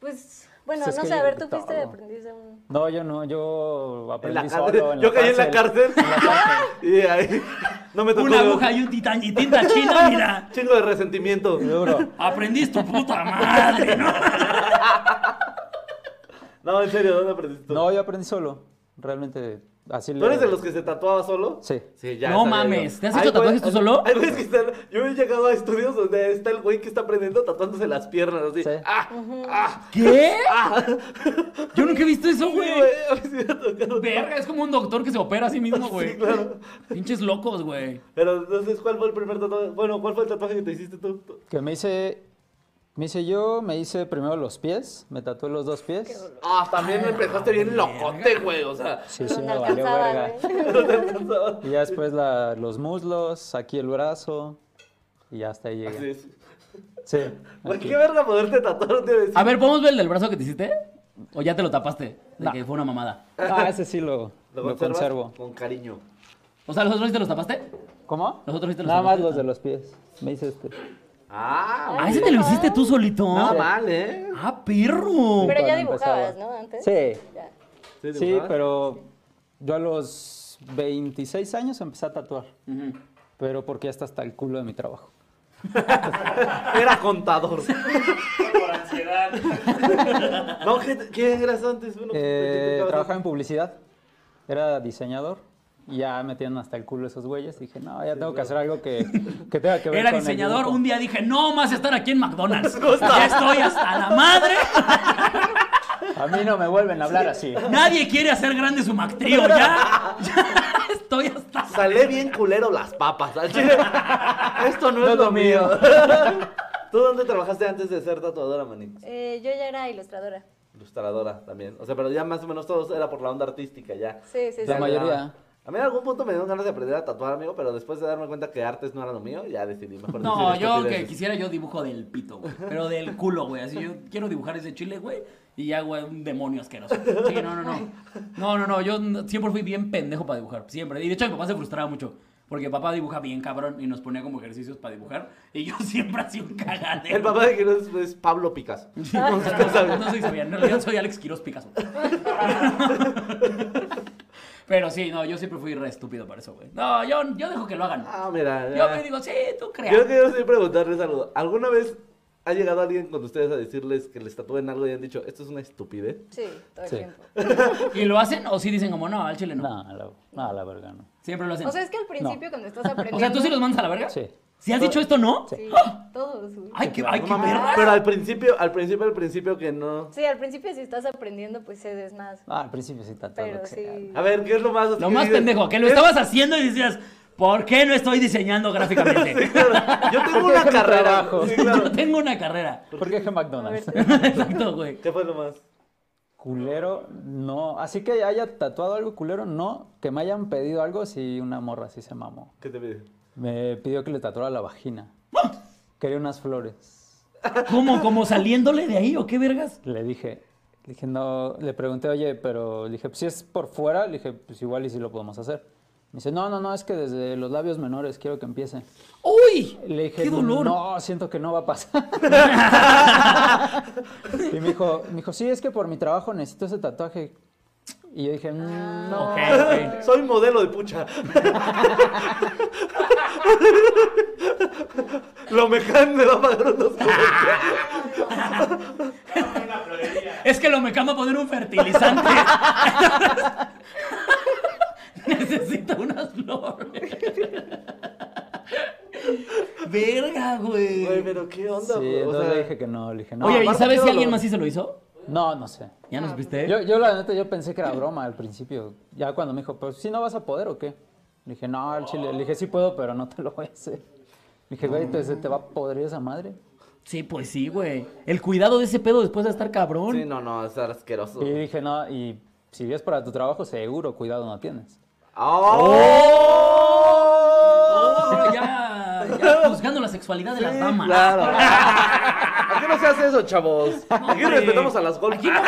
Pues, bueno,
Pues es
no
que
sé, a
yo
ver,
de
tú fuiste de
todo.
aprendiz de un...
No, yo no. Yo aprendí
En la cárcel.
solo.
Yo caí en la cárcel. *laughs* y ahí no me tocó.
Una
*laughs*
aguja y un titán y tinta china, mira.
Chingo de resentimiento.
Y Duro.
*laughs*
Aprendiz tu puta madre, ¿no?
No, en serio, ¿dónde aprendiste tú?
No, yo aprendí solo. Realmente, así
¿Tú eres de los que se tatuaba solo?
Sí.
Sí,
No
sabía
mames,
yo.
¿te has
Ay,
hecho tatuajes
güey,
tú solo?
ay, güey, es que están- yo he llegado a estudios donde está el güey que está aprendiendo tatuándose las piernas, así.
Sí.
Ah, ah,
¿Qué?
ah.
*laughs* Yo nunca he visto eso,
Sí, güey, *laughs*
güey.
a mí sí me ha tocado.
Verga, es como un doctor que se opera a sí mismo, güey.
Sí, claro.
Pinches locos, güey.
Pero entonces, ¿cuál fue el primer tatuaje? Bueno, ¿cuál fue el tatuaje que te hiciste tú? Tú-
Que me hice. Me hice yo, me hice primero los pies. Me tatué los dos pies.
Ah, también empezaste bien locote, güey, o sea.
Sí,
Pero
sí,
no
me valió
alcanzaba,
verga.
*laughs*
güey.
no te alcanzaba.
Y ya después la- los muslos, aquí el brazo. Y ya hasta ahí
Así
llegué.
es.
Sí.
Güey,
aquí.
qué verga poderte tatuar, te iba a decir.
A ver, ¿podemos ver el del brazo que te hiciste? O ya te lo tapaste, de
No.
que fue una mamada.
Ah, ese sí lo,
¿Lo,
lo
conservas?
conservo.
Con cariño.
O sea, ¿los otros sí te los tapaste?
¿Cómo?
Los otros sí te los
Nada más
tapaste.
los de los pies. Me hice este.
Ah,
Ah, ese te lo hiciste tú solito.
nada mal, ¿eh?
Ah, perro.
Pero ya
Cuando
dibujabas,
empezaba.
¿no? Antes.
Sí.
Ya.
Sí,
dibujabas?
pero yo a los 26 años empecé a tatuar.
Ujú.
Pero porque ya está hasta el culo de mi trabajo.
Era contador.
Por ansiedad.
*laughs* No, ¿qué, qué eras antes? Bueno,
Eh,
¿qué
trabajaba en publicidad. Era diseñador. Y ya metían hasta el culo esos güeyes. Dije, no, ya tengo que hacer algo que, que
*laughs*
tenga que ver
Era
con el
diseñador,
dibujo".
un día dije, no más estar aquí en *laughs* McDonald's. Ya estoy hasta la madre.
A mí no me vuelven a hablar así.
*laughs* Nadie quiere hacer grande su Mactrío. *laughs* Ya, ya estoy hasta...
Salé bien culero las papas. al *laughs* chile. Esto no,
No
es
es
lo
lo
mío.
*laughs* mío.
¿Tú dónde trabajaste antes de ser tatuadora, Manix?
Eh, yo ya era ilustradora.
Ilustradora también. O sea, pero ya más o menos todos era por la onda artística ya.
Sí, sí, sí.
La mayoría.
A mí en algún punto me dieron ganas de aprender a tatuar, amigo, pero después de darme cuenta que artes no era lo mío, ya decidí mejor
No,
decir
yo que
estupideces.
quisiera yo dibujo del pito, güey. Pero del culo, güey. Así yo quiero dibujar ese chile, güey. Y ya, güey, un demonio asqueroso. Sí, no, no, no. No, no, no. Yo n- siempre fui bien pendejo para dibujar. Siempre. Y de hecho mi papá se frustraba mucho. Porque papá dibuja bien cabrón y nos ponía como ejercicios para dibujar. Y yo *laughs* siempre hacía un cagadero.
El papá de Quiroz es, es Pablo
*laughs*
Picasso.
No,
*laughs*
no, no soy Fabián, en realidad soy Alex Quiroz Picasso. *laughs* Pero sí, no, yo siempre fui re estúpido para eso, güey. No, yo, yo dejo que lo hagan.
*laughs* Ah, mira.
Yo
ya.
me digo, sí, tú
Yo
creas.
quiero sí preguntarles algo. ¿Alguna vez ha llegado alguien con ustedes a decirles que les tatúen algo y han dicho, esto es una estupidez?
Sí, todo el
Sí.
tiempo.
¿Y lo hacen o sí dicen como, no, al chile no?
No, la, no, la verga no.
Siempre lo hacen.
O sea, es que al principio cuando estás aprendiendo.
O sea, ¿tú sí los mandas a la verga?
Sí.
¿Si has dicho esto, no?
Sí, todos. güey.
Ay, qué, ay,
No
qué
mames,
verga.
Pero al principio, al principio, al principio que no.
Sí, al principio si estás aprendiendo, pues cedes más.
Ah, al principio sí tatuaba.
Pero
que sea.
sí.
A ver, ¿qué es lo más?
Lo más
dices?
pendejo, que lo
Es-
estabas haciendo y decías, ¿por qué no estoy diseñando gráficamente?
claro,
*laughs*
Yo tengo una
Porque es mi
carrera. *laughs*
trabajo.
Sí,
Yo *laughs*
claro.
tengo una carrera. *laughs*
¿Por qué dije McDonald's?
Exacto, güey.
¿Qué fue lo más?
*laughs* Culero, no. Así que haya tatuado algo culero, no. Que me hayan pedido algo, sí, una morra sí se mamó.
¿Qué te pide?
Me pidió que le tatuara la vagina. Quería unas flores.
¿Cómo? ¿Como saliéndole de ahí o qué vergas?
Le dije, le dije, no, le pregunté, oye, pero le dije, pues si es por fuera, le dije, pues igual y si lo podemos hacer. Me dice, no, no, no, es que desde los labios menores quiero que empiece.
¡Uy!
Le dije,
¡Qué dolor!
no, siento que no va
*laughs*
a pasar. y me dijo, me dijo, sí, es que por mi trabajo necesito ese tatuaje. Y yo dije, "Mm, no.
Ok, ok.
*laughs* Soy modelo de pucha. *laughs* Lo mecán me va a pagar unos. *laughs*
Vamos a una florería.
Es que lo me cama poner un *laughs* fertilizante. Necesito unas flores. Verga,
Güey,
güey.
pero qué onda,
Sí,
güey. O
entonces
sea,
le dije que no, le dije, no.
Oye, ¿y ¿Eh?
aparte
sabes
qué
si alguien
dolor.
más sí se lo Ah. hizo?
No, no sé.
¿Ya nos viste?
Yo, yo la neta, yo pensé que era broma al principio. Ya cuando me dijo, pero si no vas a poder o qué. Le dije, no, al chile. Le dije, sí puedo, pero no te lo voy a hacer. Le dije, güey, te, se te va a podrir esa madre.
Sí, pues sí, güey. El cuidado de ese pedo después de estar cabrón.
Sí, no, no, es asqueroso.
Y dije, no, y si es para tu trabajo, seguro cuidado no tienes.
¡Oh!
Oh, ya,
*laughs*
ya juzgando la sexualidad de las damas. *laughs*
Claro. Aquí no se hace eso, chavos. Aquí
hombre.
respetamos a las golf.
Aquí no-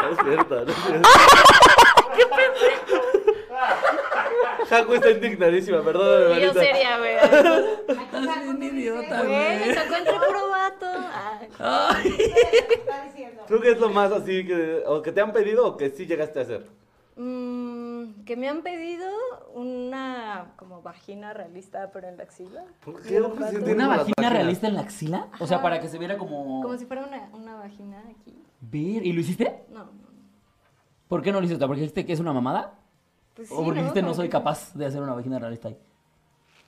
No es cierto, no es cierto.
*laughs*
Jaco está indignadísima, perdóname,
Y yo
manita.
sería, güey.
Estás bien idiota,
Güey, me
güey.
tocó entre puro vato. Ah. Ay,
Ay.
Está diciendo.
Creo que es lo más así que, o que te han pedido o que sí llegaste a hacer.
mm, que me han pedido una como vagina realista, pero en la axila.
¿Por
Y
qué
el
no pues,
vato-
sí tiene
¿Una
las
vagina
páginas?
realista en la axila? O sea, para que se viera como...
Como si fuera una, una vagina aquí.
Ver, ¿y lo hiciste?
No, no, no.
¿Por qué no lo hiciste? ¿Porque dijiste que es una mamada?
Pues sí,
¿O Oh, porque dijiste no
Como
soy
que-
capaz de hacer una vagina realista ahí?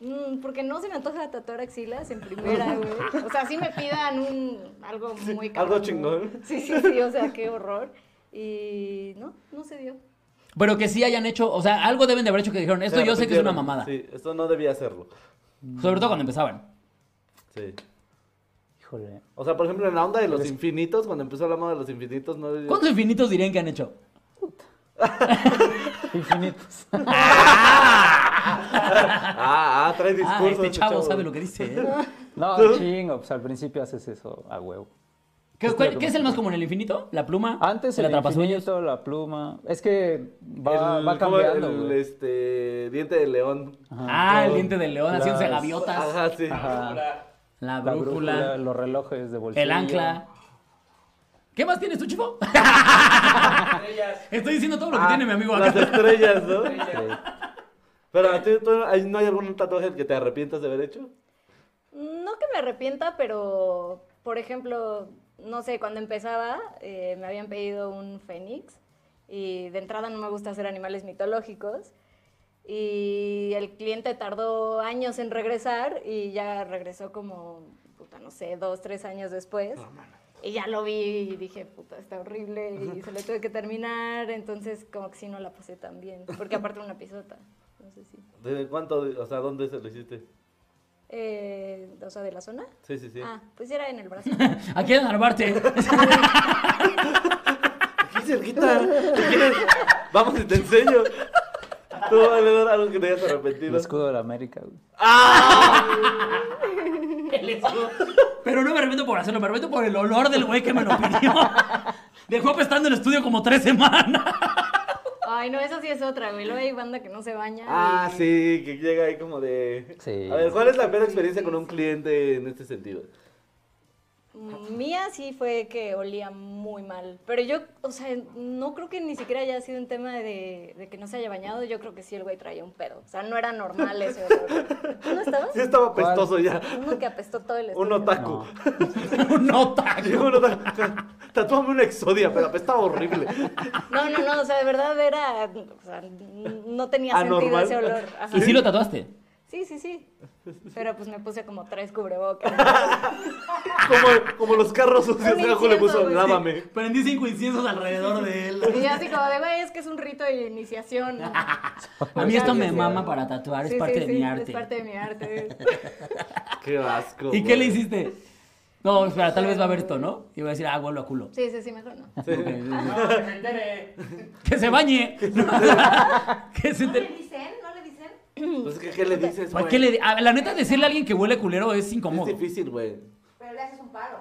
Mm, porque no se me antoja tatuar axilas en primera, güey. O sea, sí me pidan un algo muy caro.
algo chingón.
Sí, sí, sí, o sea, qué horror. Y no, no se dio.
Pero que sí hayan hecho, o sea, algo deben de haber hecho que dijeron, esto
Se
yo sé que es una
arrepintieron.
mamada.
Sí, esto no debía hacerlo.
Sobre todo cuando empezaban.
Sí.
Híjole.
O sea, por ejemplo, en la onda de los infinitos, cuando empezó la moda de los infinitos, no debía...
¿Cuántos infinitos dirían que han hecho? *laughs*
Infinitos.
Ah, ah, trae discursos.
Ah, este chavo
chavo.
sabe lo que dice. ¿eh?
*laughs*
No,
¿Tú?
chingo, pues al principio haces eso a huevo.
¿Qué,
Es
cuál-
lo que
qué
me-
es el más común? ¿El infinito? ¿La pluma?
Antes
¿El
el
atrapasueños?
infinito, la pluma. Es que va,
El-
va
¿cómo era?
cambiando,
El,
güey.
este, diente de león.
Ah, el diente del león haciéndose
Las-
gaviotas.
Ajá, sí.
Hola.
La
La brújula,
brújula.
los relojes de bolsillo.
el ancla. ¿Qué más tienes tú, *laughs* chivo?
Estrellas.
Estoy diciendo todo lo que
Ah,
tiene mi amigo
Las
acá.
estrellas, ¿no?
Sí.
Pero a ti tú- ay, no hay algún tatuaje que te arrepientas de haber hecho.
No que me arrepienta, pero por ejemplo, no sé, cuando empezaba eh, me habían pedido un fénix y de entrada no me gusta hacer animales mitológicos y el cliente tardó años en regresar y ya regresó como, puta, no sé, dos, tres años después. Y ya lo vi y dije, puta, está horrible y se lo tuve que terminar, entonces como que sí no la pasé tan bien, porque aparte era una pisota, no sé si.
¿De cuánto, o sea, dónde se lo hiciste?
Eh, o sea, de la zona.
Sí, sí, sí.
Ah, pues era en el brazo.
*laughs* Aquí en Arbarte.
Aquí cerquita. Si quieres, Vamos y te enseño. Tú, Valedor, algo que te hayas
El
arrepentido.
escudo de la América, güey.
El escudo. *laughs* Pero no me arrepiento por hacerlo, me arrepiento por el olor del güey que me lo *laughs* pidió. Dejó apestando el estudio como tres semanas.
*laughs*
*laughs*
Ay, no, eso sí es otra, güey. Luego hay banda que no se baña.
Ah,
y-
sí, que llega ahí como de...
Sí.
A ver, ¿cuál es la peor experiencia con un cliente en este sentido?
Mm, Mía sí fue que olía muy mal. Pero yo, o sea, no creo que ni siquiera haya sido un tema de, de que no se haya bañado. Yo creo que sí el güey traía un pedo. O sea, no era normal ese olor. ¿Tú no estabas?
Sí estaba apestoso ya.
Uno que apestó todo el
Un
estudio.
*laughs* otaku.
Un otaku.
Llegó un otaku. Tatuame una exodia, pero apestaba horrible.
No, no, no. O sea, de verdad era... O sea, no tenía
Anormal.
sentido ese olor. Ajá.
¿Y si lo tatuaste?
Sí, sí, sí. Pero pues me puse como tres cubrebocas.
Como, como los carros sucios
Un
que Ajo le
incienso,
puso,
güey.
lávame.
Prendí cinco inciensos alrededor de él.
Y yo así como de, güey, es que es un rito de iniciación. ¿no?".
A mí esto me
Sí,
mama para tatuar, es
sí,
parte
sí,
de mi
sí,
arte.
Es parte de
*laughs*
mi arte.
Qué asco.
¿Y qué le
güey.
hiciste? No, espera, tal vez va a ver esto, ¿no? Y voy a decir, ah, vuelvo a culo.
Sí, sí, sí, mejor no.
No, que se entere.
Que se bañe. *laughs* que se
¿No le
te...
dicen? ¿No le dicen?
Pues, ¿qué, qué le dices,
¿Para
güey?
qué le- a- La neta, decirle a alguien que huele culero es
Es
incómodo.
difícil, güey.
Pero le haces un paro.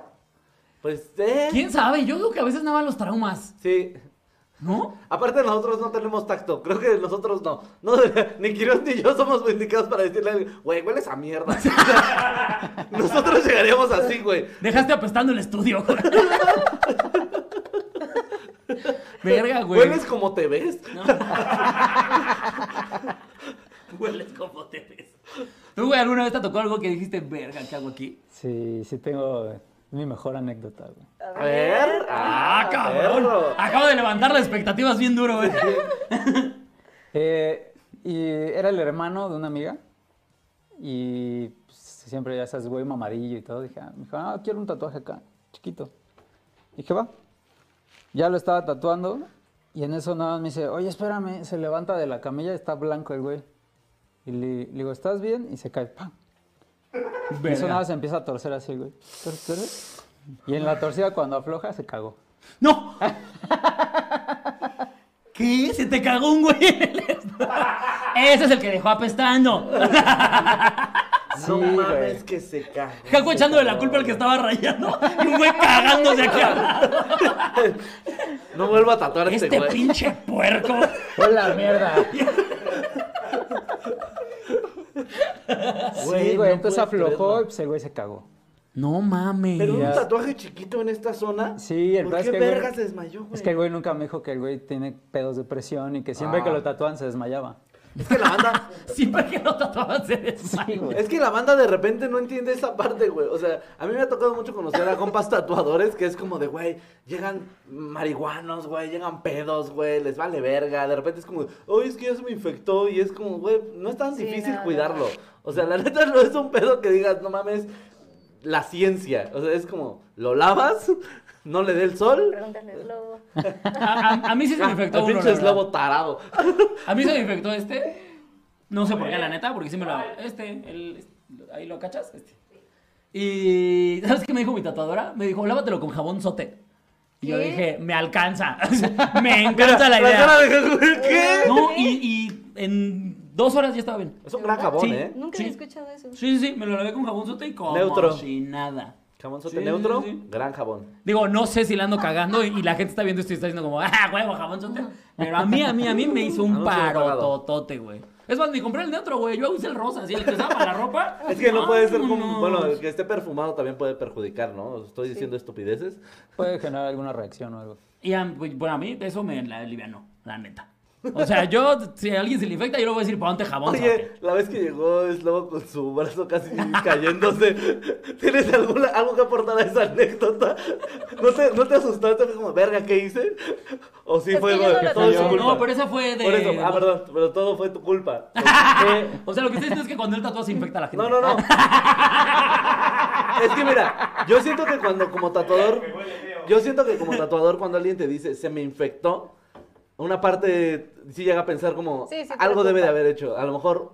Pues, ¿eh?
¿Quién sabe? Yo digo que a veces nada más los traumas,
Sí.
¿no?
Aparte nosotros no tenemos tacto, creo que nosotros no. no *laughs* ni Quirón ni yo somos indicados para decirle a alguien, güey, hueles a mierda. *laughs* O sea, nosotros llegaríamos así, güey.
Dejaste apestando el
*laughs*
estudio. güey.
Ah,
Verga, güey.
Hueles como te ves.
Hueles como te ves. ¿Tú, güey, alguna vez te tocó algo que dijiste, verga, ¿qué hago aquí?
Sí, sí tengo mi mejor anécdota, güey.
A ver.
¡Ah, cabrón!
perro.
Acabo de levantar las expectativas bien duro, güey.
Eh, y era el hermano de una amiga. Y pues, siempre, ya sabes, güey, mamadillo y todo. Dije, ah, me dijo, ah, quiero un tatuaje acá, chiquito. Dije, va. Ya lo estaba tatuando. Y en eso nada más me dice, oye, espérame. Se levanta de la camilla, está blanco el güey. Y le, le digo, ¿estás bien? Y se cae, ¡pam! Y eso nada
Verga.
más se empieza a torcer así, güey. Tor- tor- Y en la torcida, cuando afloja, se cagó.
¡No! ¿Qué? Se te cagó un güey. en el estudio. Ese es el que dejó apestando.
No
Sí,
mames
güey.
que se cae.
Jaco echándole la culpa al que estaba rayando y un güey cagándose aquí al lado.
No vuelvo a tatuar a este,
Este
güey.
pinche puerco.
*laughs*
¡Hola, mierda!
Güey,
Sí,
no
güey, entonces
puedes
aflojó
creerlo.
y pues el güey se cagó.
No mames.
Pero un
Ya.
tatuaje chiquito en esta zona.
Sí, el
¿Por
pedo es
qué
que, güey,
verga se desmayó, güey?
Es que el güey nunca me dijo que el güey tiene pedos de presión y que siempre
Ah.
que lo tatúan
*laughs*
se desmayaba.
Es que la banda
*laughs* Siempre que lo tatuaban se desmaya.
güey.
Es que la banda de repente no entiende esa parte, güey. O sea, a mí me ha tocado mucho conocer a compas tatuadores que es como de, güey, llegan marihuanos, güey, llegan pedos, güey, les vale verga. De repente es como, oye, es que ya se me infectó y es como, güey, no es tan
Sí,
difícil
no, no.
cuidarlo. O sea, la neta no es un pedo que digas, no mames, la ciencia. O sea, es como, lo lavas, no le dé el sol.
Pregúntale al lobo.
A, a- a mí sí se me
Ah,
infectó
el
uno.
pinche
la verdad.
lobo tarado.
A mí se me infectó este. No sé por qué, la neta, porque sí me lo hago. Este, el, ahí lo cachas, este. Y ¿sabes qué me dijo mi tatuadora? Me dijo, lávatelo con jabón sote. Y yo
¿Qué?
dije, me alcanza. *laughs* me encanta *laughs* la
cara *laughs*
idea.
de Jesús, ¿qué?
No, y, y en Dos horas ya estaba bien.
Es un gran jabón,
Sí.
¿eh?
Nunca
Sí.
había escuchado eso.
Sí, sí, sí, me lo lavé con jabonzote y como
Neutro.
si nada.
Jabonzote
Sí, sí,
neutro,
sí.
gran jabón.
Digo, no sé si la ando cagando y, y la gente está viendo esto y está diciendo como, ah, huevo, jabonzote. Pero a mí, a mí, a mí me hizo un
Anuncio pagado.
parototote, güey. Es más, ni compré el neutro, güey. Yo usé el rosa, así el que usaba para la ropa.
*laughs* Es que no puede ser como.
Vámonos.
Bueno, el que esté perfumado también puede perjudicar, ¿no? Estoy diciendo estupideces.
Puede generar alguna reacción o algo.
Y a, pues, bueno, a mí eso me la alivianó, la neta. O sea, yo, si a alguien se le infecta, yo le voy a decir, ponte jabón.
Oye, la vez que llegó es lobo con su brazo casi cayéndose. ¿Tienes alguna, algo que aportar a esa anécdota? ¿No, te- no te asustaste? Fue como, verga, ¿qué hice? ¿O sí
Es
fue
que yo
como,
no lo
todo es tu
tatué.
culpa?
No, pero esa fue de-
Por eso, ah, perdón, pero todo fue tu culpa.
O sea, lo que estoy diciendo es que cuando él tatúa se infecta a la gente.
No, no, no. Es que mira, yo siento que cuando como tatuador, yo siento que como tatuador cuando alguien te dice se me infectó, una parte sí llega a pensar como
Sí, sí, te
algo debe de
preocupa.
haber hecho, a lo mejor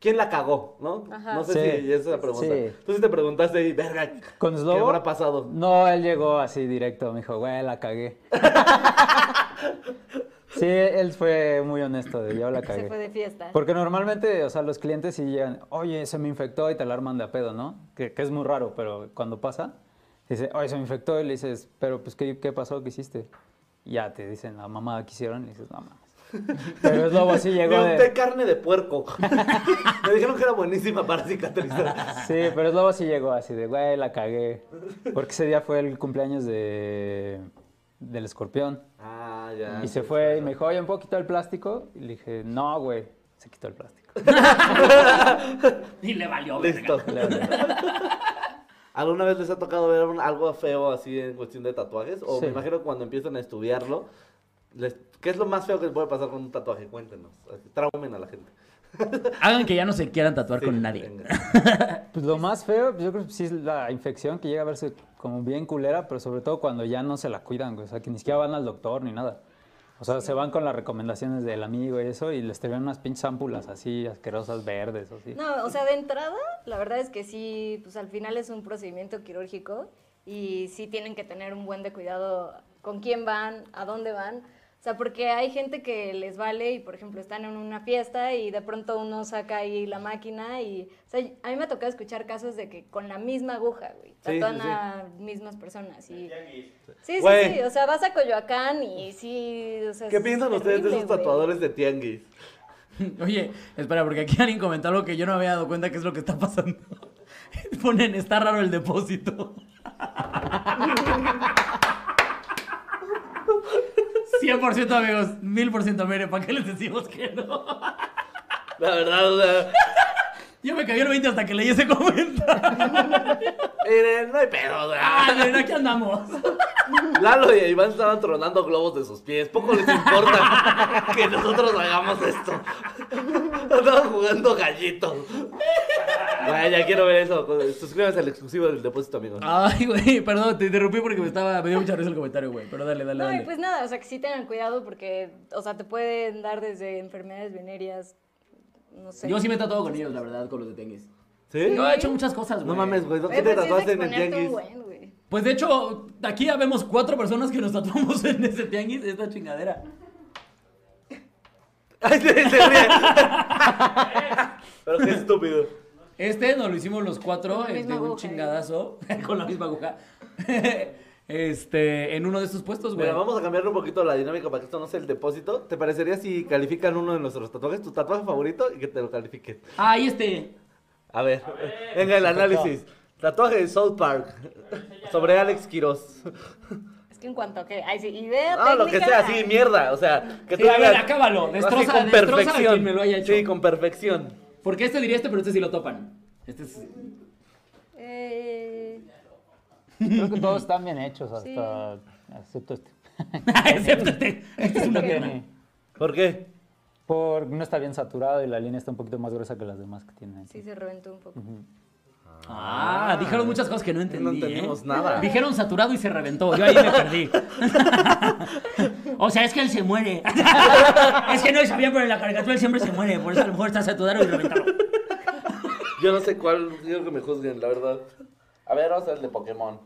quién la cagó, ¿no?
Ajá.
No sé
Sí.
si esa es la pregunta.
Sí.
Tú sí te preguntaste ahí, verga,
¿Con Slobo?
¿qué habrá
*laughs*
pasado?
No, él llegó así directo, me dijo, güey, la
*laughs*
cagué. sí, él fue muy honesto, de yo la
*laughs* Se fue
cagué.
de fiesta.
Porque normalmente, o sea, los clientes sí llegan, oye, se me infectó y te la arman de a pedo, ¿no? Que, que es muy raro, pero cuando pasa, dice, oye, se me infectó y le dices, pero pues, ¿qué, qué pasó? ¿Qué hiciste? Y ya te dicen la mamada que hicieron y dices, no mames. Pero es lobo, así
Me *laughs*
llegó
unté
de...
carne de puerco. *laughs* Me dijeron que era buenísima para cicatrizar.
*laughs* Sí, pero es lobo sí llegó así de, güey, la cagué. Porque ese día fue el cumpleaños de... del escorpión.
Ah, ya.
Y se fue y me dijo, oye, ¿me puedo quitar el plástico? Y le dije, no, güey. Se quitó el plástico.
Y le valió, verga.
Listo. ¿Alguna vez les ha tocado ver un- algo feo así en cuestión de tatuajes? O me
Sí.
imagino cuando empiezan a estudiarlo, les- ¿qué es lo más feo que les puede pasar con un tatuaje? Cuéntenos. Así, Traumen a la gente.
Hagan que ya no se quieran tatuar con nadie.
venga.
Pues lo más feo, pues, yo creo que sí es la infección que llega a verse como bien culera, pero sobre todo cuando ya no se la cuidan, güey. O sea, que ni siquiera van al doctor ni nada. O sea, se van con las recomendaciones del amigo y eso y les tiran unas pinches ámpulas así, asquerosas, verdes o así.
No, o sea, de entrada, la verdad es que sí, pues al final es un procedimiento quirúrgico y sí tienen que tener un buen de cuidado con quién van, a dónde van. O sea, porque hay gente que les vale y, por ejemplo, están en una fiesta y de pronto uno saca ahí la máquina y... O sea, a mí me ha tocado escuchar casos de que con la misma aguja, güey,
sí,
tatúan
sí.
a mismas personas. Y...
Tianguis.
Sí, sí,
Güey.
sí, o sea, vas a Coyoacán y sí, o sea...
¿Qué
es
piensan ustedes de
terrible,
esos
güey.
tatuadores de tianguis?
Oye, espera, porque aquí alguien comentó algo que yo no había dado cuenta que es lo que está pasando. *laughs* Ponen, está raro el depósito. *laughs* 100% amigos, 1000% mire, ¿para qué les decimos que no?
La verdad, o sea,
Yo me cagué el 20 hasta que leí ese comentario.
miren, no hay pedo. o sea.
Ah, bueno, aquí andamos.
Lalo y Iván estaban tronando globos de sus pies. Poco les importa *laughs* que nosotros hagamos esto. Andaban jugando gallitos. Güey, ya quiero ver eso. Suscríbanse al exclusivo del depósito, amigos.
Ay, güey, perdón, te interrumpí porque me estaba me dio mucha risa el comentario, güey, pero dale, dale,
No,
dale.
y pues nada, o sea, que sí tengan cuidado porque, o sea, te pueden dar desde enfermedades venéreas, no sé. Eh,
Yo sí me he tratado con ellos, la verdad, con los de tenis.
¿Sí?
Yo he hecho muchas cosas, güey.
No mames, güey, ¿no?
Güey,
¿qué te
pero sí es
tatuaste en el
exponerte
tianguis?
un buen, güey.
Pues de hecho, aquí ya vemos cuatro personas que nos tatuamos en ese tianguis, esta chingadera.
*laughs* Ay, se, se ríe. Pero qué estúpido.
Este nos lo hicimos los cuatro,
Con la
este,
misma
un
aguja, ¿eh?
chingadazo, *laughs* con la misma aguja. este, en uno de estos puestos, güey.
Bueno, Pues vamos a cambiarle un poquito la dinámica para que esto no sea el depósito. ¿Te parecería si califican uno de nuestros tatuajes, tu tatuaje favorito, y que te lo califiquen?
Ah, y este.
A ver, venga el análisis. Tatuaje de South Park sobre Alex Quiroz.
Es que en cuanto a que, ay, sí, idea
No, lo que sea,
técnica,
así, mierda. O sea, que
Sí,
tú
a
digas-
ver, acábalo,
así
destroza-
con
destroza a
perfección.
quien me lo haya hecho.
Sí, con perfección.
Porque este diría este, pero este sí lo topan. Este es... *laughs*
eh,
Creo que todos están bien hechos hasta... Excepto este.
Excepto este. Este
*laughs*
es una pierna.
¿Por qué?
Por, no está bien saturado y la línea está un poquito más gruesa que las demás que tienen. aquí.
sí se reventó un poco.
Ah, dijeron muchas cosas que no entendí.
No entendimos
¿eh? *laughs*
nada.
Dijeron saturado y se reventó. Yo ahí me perdí. o sea, es que él se muere. es que no sabía, pero en la caricatura él siempre se muere. Por eso a lo mejor está saturado y reventado.
Yo no sé cuál, quiero que me juzguen, la verdad. A ver, vamos a ver el de Pokémon.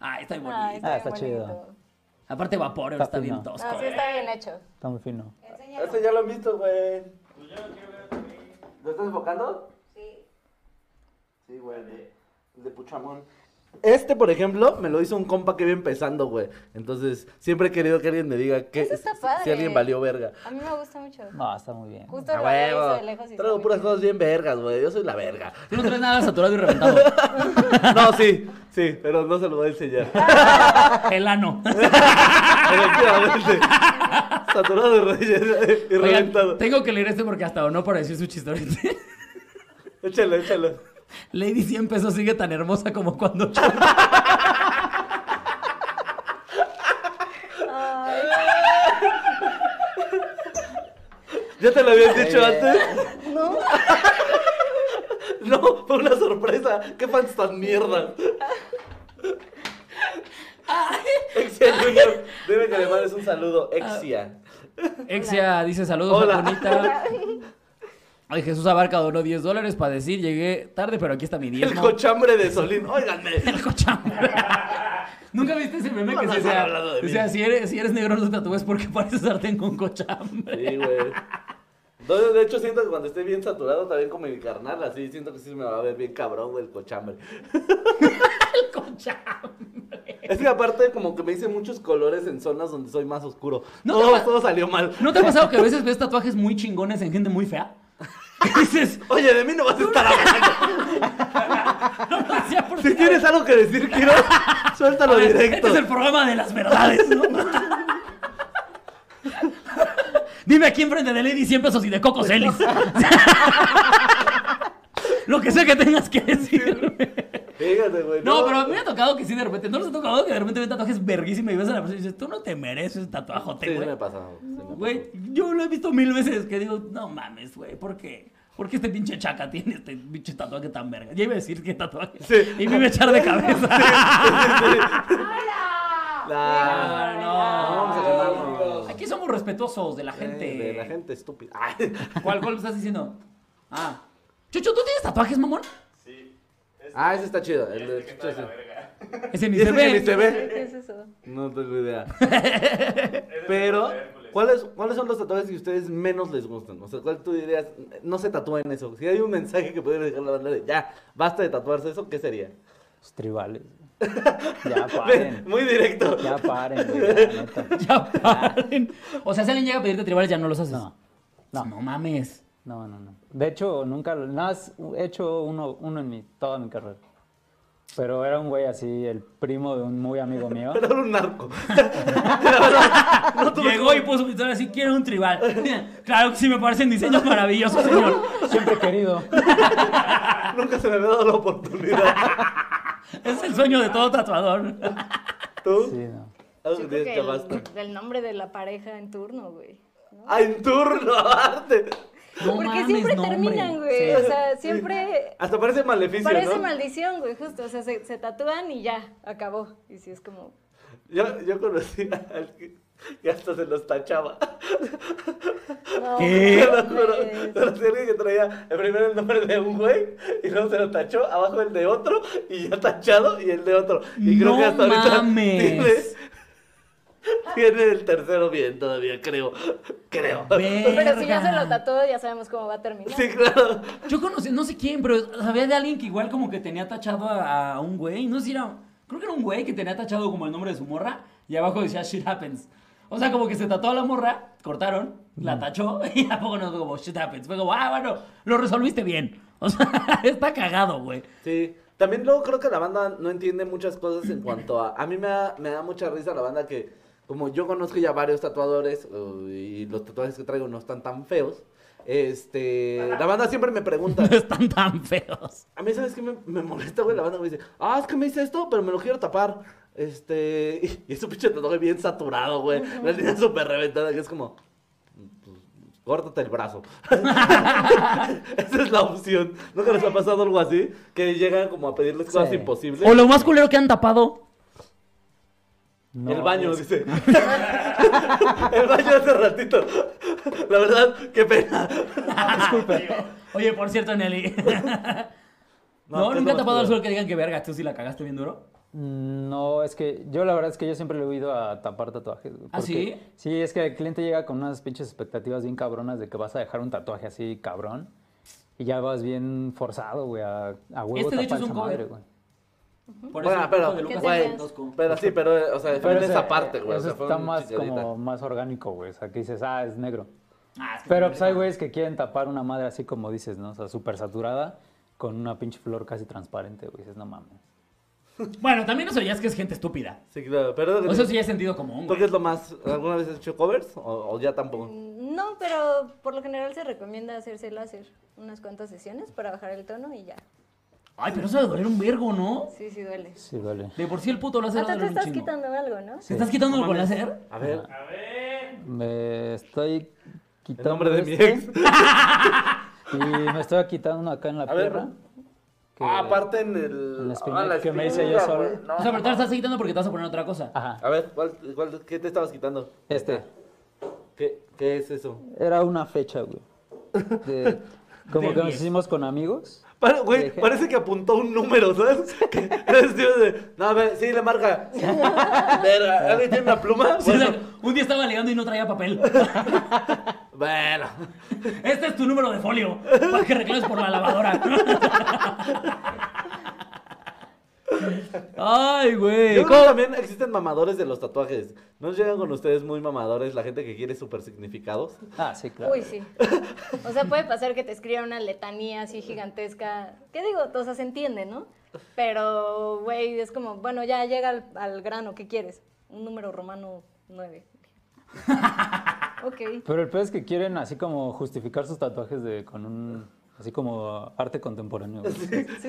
Ah, está bien
Ay,
bonito.
Ah,
bien
está chido.
bonito.
Aparte vapor,
Está
está bien
fino.
tosco.
No, sí está bien hecho.
Está muy fino.
Enséñalo.
Este ya lo han visto, güey. ¿Lo estás enfocando?
Sí.
Sí, güey. El de Puchamón. Este, por ejemplo, me lo hizo un compa que iba empezando, güey. Entonces, siempre he querido que alguien me diga que
Eso está
si- si
padre.
alguien valió verga.
A mí me gusta mucho.
No, está muy bien.
Justo
A
lo había visto
huevo.
de lejos y está
Traigo
muy
puras
chido.
cosas bien vergas, güey. Yo soy la verga. *laughs*
Tú no traes nada saturado y reventado.
No, sí, sí, pero no se lo voy a enseñar. *laughs*
El ano.
Efectivamente. *laughs* Saturado de rodillas eh, y
Oigan,
reventado.
tengo que leer este porque hasta no para decir su chistorete.
Échalo, échalo.
*laughs* Lady 100 pesos sigue tan hermosa como cuando
¿Ya te lo habías dicho
bien.
antes?
No,
*laughs* No, fue una sorpresa. ¿Qué fans tan mierda? Exia Junior, dime que le mandes un saludo. Exia.
Exia dice saludos
Hola.
a
*laughs*
bonita. Ay, Jesús Abarca donó 10 dólares para decir, llegué tarde, pero aquí está mi
El
diezmo.
cochambre de Solín. Óiganme.
El
*laughs*
cochambre. ¿Nunca viste ese meme
No
que
nos
se
han
sea,
hablado de mí.
decía, si eres, si eres negro no te tatúes porque pareces sartén con cochambre?
Sí, güey. Entonces, de hecho, siento que cuando esté bien saturado, también como mi carnal, así, siento que sí me va a ver bien cabrón, güey, el *laughs* cochambre.
El cochambre.
Es que aparte, como que me hice muchos colores en zonas donde soy más oscuro.
No
No,
te
todo,
pa-
todo salió mal.
¿No te ha pasado que a veces ves tatuajes muy chingones en gente muy fea? *laughs* Y dices,
Oye, de mí no vas a estar hablando.
no lo hacía por
*laughs* Si tienes algo que decir, quiero,
A
suéltalo
ver, Este
directo.
es el programa de las verdades, ¿no? *laughs* Dime aquí enfrente de Lady 100 pesos y de Coco Celis. *laughs* Lo que sea que tengas que decirme.
Fíjate, güey.
No, pero me ha tocado que sí de repente. ¿No les ha tocado que de repente ven tatuajes verguísima y ves a la persona y dices, tú no te mereces tatuajote,
Sí, sí
güey?
me pasa. sí me pasa.
Güey, yo lo he visto mil veces que digo, no mames, güey, ¿por qué? ¿Por qué este pinche chaca tiene este pinche tatuaje tan verga? Ya iba a decir que tatuaje.
*laughs* Sí.
Y me iba a echar de cabeza.
¡Hola!
La-
no.
Vamos a quemarnos.
Aquí somos respetuosos de la gente.
Eh, De la gente estúpida. *laughs* Ay.
¿Cuál, ¿Cuál me estás diciendo? Ah. Chucho, ¿tú tienes tatuajes, mamón?
Sí.
Ah, ese está chido. El
Este
de
que está de la
sí.
verga.
Ese ni
¿Y ese
se
que ni se
ve. *laughs*
ve?
¿qué es eso?
No tengo idea.
Ese es
Pero,
el de Hércules.
¿cuáles, ¿cuáles son los tatuajes que a ustedes menos les gustan? O sea, ¿cuál tú dirías, no se tatúen eso? Si hay un mensaje que pudiera dejar la banda de, ya, basta de tatuarse eso, ¿qué sería?
Los
*laughs*
tribales. Ya paren.
Muy directo.
Ya paren, güey. la neta.
*laughs* Ya paren. O sea, si alguien llega a pedirte tribales, ya no los haces.
No.
No, no mames.
No, no, no. De hecho, nunca lo. Nada, más he hecho uno, uno en mi, toda mi carrera. Pero era un güey así, el primo de un muy amigo mío.
Pero era un *laughs* narco.
Llegó y puso mi historia así, quiero un tribal. Claro que sí, me parecen diseños maravillosos, señor.
Siempre querido.
Nunca se me había dado
*laughs*
la oportunidad.
Es el sueño de todo tatuador.
¿Tú?
Sí, no.
Algo que
Yo creo
digas,
que
ya basta.
el, el nombre de la pareja en turno, güey.
Ah, en turno, *laughs* aparte.
No
Porque
mames,
siempre
no, hombre.
terminan, güey.
Sí.
O sea, siempre
Hasta parece maleficio,
parece
¿no?
maldición, güey, justo. O sea, se, se tatúan y ya, acabó. Y si es como,
Yo, yo conocí a alguien que hasta se los tachaba.
no,
¿Qué?
*laughs* Te
no
lo juro.
mames.
Conocí a alguien que traía el primero el nombre de un güey y luego se lo tachó, abajo el de otro y ya tachado y el de otro. Y creo
¡No
que hasta ahorita
mames!
tiene, tiene el tercero bien todavía, creo. Creo.
Pero si ya se
Verga.
lo tatuó, ya sabemos cómo va a terminar.
Sí, claro.
Yo conocí, no sé quién, pero sabía de alguien que igual como que tenía tachado a, a un güey. No sé si era. Creo que era un güey que tenía tachado como el nombre de su morra. Y abajo decía shit happens. O sea, como que se tatuó a la morra, cortaron, la tachó *laughs* y a poco no fue como shit happens. Fue como, ah, bueno, lo resolviste bien. O sea, *laughs* está cagado, güey.
Sí. También luego creo que la banda no entiende muchas cosas en cuanto a... A mí me da, me da mucha risa la banda que... Como yo conozco ya varios tatuadores uh, y los tatuajes que traigo no están tan feos. Este... La banda siempre me pregunta...
No están tan feos.
A mí, ¿sabes qué me, me molesta, güey? La banda me dice, ah, es que me hice esto, pero me lo quiero tapar. Este, *laughs* y, y es un pinche tatuaje bien saturado, güey. La línea súper reventada, que es como, pues, córtate el brazo. *laughs* Esa es la opción. ¿Nunca les ha pasado algo así? Que llegan como a pedirles cosas
Sí.
imposibles.
O lo más culero que han tapado.
No,
el baño,
es-
dice. *laughs* el baño hace ratito. La verdad, qué pena.
Ah, Oye, por cierto,
*laughs*
Nelly. *laughs*
No,
No,
¿qué es lo
nunca
más
he tapado al
culero?
suelo que digan que verga, tú sí la cagaste bien duro.
No, es que yo la verdad es que yo siempre le he ido a tapar tatuajes. güey,
¿Ah,
porque-
sí?
Sí, es que el cliente llega con unas pinches expectativas bien cabronas de que vas a dejar un tatuaje así cabrón. Y ya vas bien forzado, güey, a, a huevo
Este, de hecho, es
tapar
un
esa
cover.
madre, güey.
Por
Bueno,
eso el
pero,
punto de
¿Qué
Lucas
tenías?
es tosco.
Pero sí, pero, o sea,
Pero
defiende
ese-
esa parte, güey. o
Eso
sea, fue
está
un
más
chilladita.
como más orgánico, güey. O sea, que dices, ah, es negro.
Ah, es que
Pero
es
pues hay
horrible.
güeyes que quieren tapar una madre así como dices, ¿no? O sea, súper saturada con una pinche flor casi transparente, güey. Dices, no mames.
Bueno, también eso ya es que es gente estúpida.
Sí, claro, pero...
O Eso sí ya es sentido común.
¿Tú qué
güey.
es lo más? ¿Alguna vez has hecho covers? ¿O, o ya tampoco?
No, pero por lo general se recomienda hacerse láser unas cuantas sesiones para bajar el tono y ya.
Ay, pero eso debe doler un vergo, ¿no?
Sí, sí duele.
Sí, vale.
De por sí el puto láser
Hasta
va a
tú
doler un
estás
chingo.
quitando algo, ¿no?
¿Te estás quitando con láser?
A ver,
A ver.
Me estoy
el
quitando.
nombre de mi *laughs*
este
ex. Ah,
Y me estoy quitando uno acá en la
A ver.
pierna. que-
Ah, aparte en
en
el...
la
ah,
espinilla
la
que me hice
espinilla,
yo solo.
güey, no.
O sea, pero te la estás quitando porque te vas a poner otra cosa.
Ajá.
*laughs* A ver, ¿cuál, cuál, ¿qué te estabas quitando?
Este.
¿Qué, qué es eso?
Era una fecha, güey.
*laughs*
De- como
De
que nos
diez.
hicimos con amigos.
Pa- güey,
Dejé-
parece que apuntó un número, *laughs* ¿sabes? Que- es tío de, no, a ver, sí, le *laughs* marca. Verga, ¿Alguien tiene una pluma?
Sí, o sea,
Bueno,
un día estaba ligando y no traía
*laughs*
papel.
bueno.
Este es tu número de folio. Para que reclames por la lavadora. Ay,
Yo
güey.
creo que también existen mamadores de los tatuajes. ¿No llegan con ustedes muy mamadores la gente que quiere super significados?
Ah, sí, claro.
Uy, sí. O sea, puede pasar que te escriba una letanía así gigantesca. ¿Qué digo? O sea, se entiende, ¿no? Pero, güey, es como, bueno, ya llega al, al grano, ¿qué quieres? Un número romano 9. Ok.
Pero el peor es que quieren así como justificar sus tatuajes de, con un. Así como arte contemporáneo. güey.
Sí,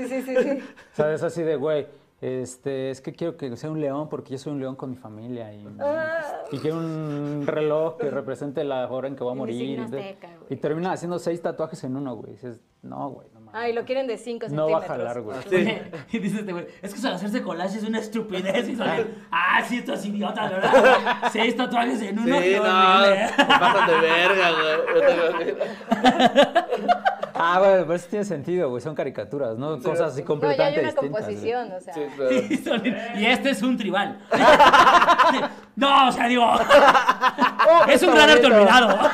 sí, sí, sí.
O sea, es así de, güey, este, es que quiero que sea un león porque yo soy un león con mi familia y,
Ah.
y quiero un reloj que represente la hora en que voy a
Y mi
morir.
signo
y te-
azteca, güey.
y termina haciendo seis tatuajes en uno, güey. Dices, no, güey, no mames.
Ay, lo quieren de 5
No
centímetros.
va a jalar, güey.
Ah,
*laughs*
Sí.
Y dice este güey, es que eso de hacerse collage es una estupidez. Y sale, ah, sí, estos idiotas,
*laughs*
¿verdad? Seis tatuajes en uno.
Sí,
qué
no, *laughs*
horrible. ¿eh?
se pasan de verga, güey. Yo tengo que-
Ah, bueno, pero eso tiene sentido, güey. Son caricaturas, ¿no? Cosas así
No, ya hay
completamente
una
distintas. güey.
composición, o sea.
Sí, claro.
Y sale, Y este es un tribal.
*laughs*
*laughs* No, o sea, digo,
¡Oh,
es
qué
un gran arte
bonito!
olvidado.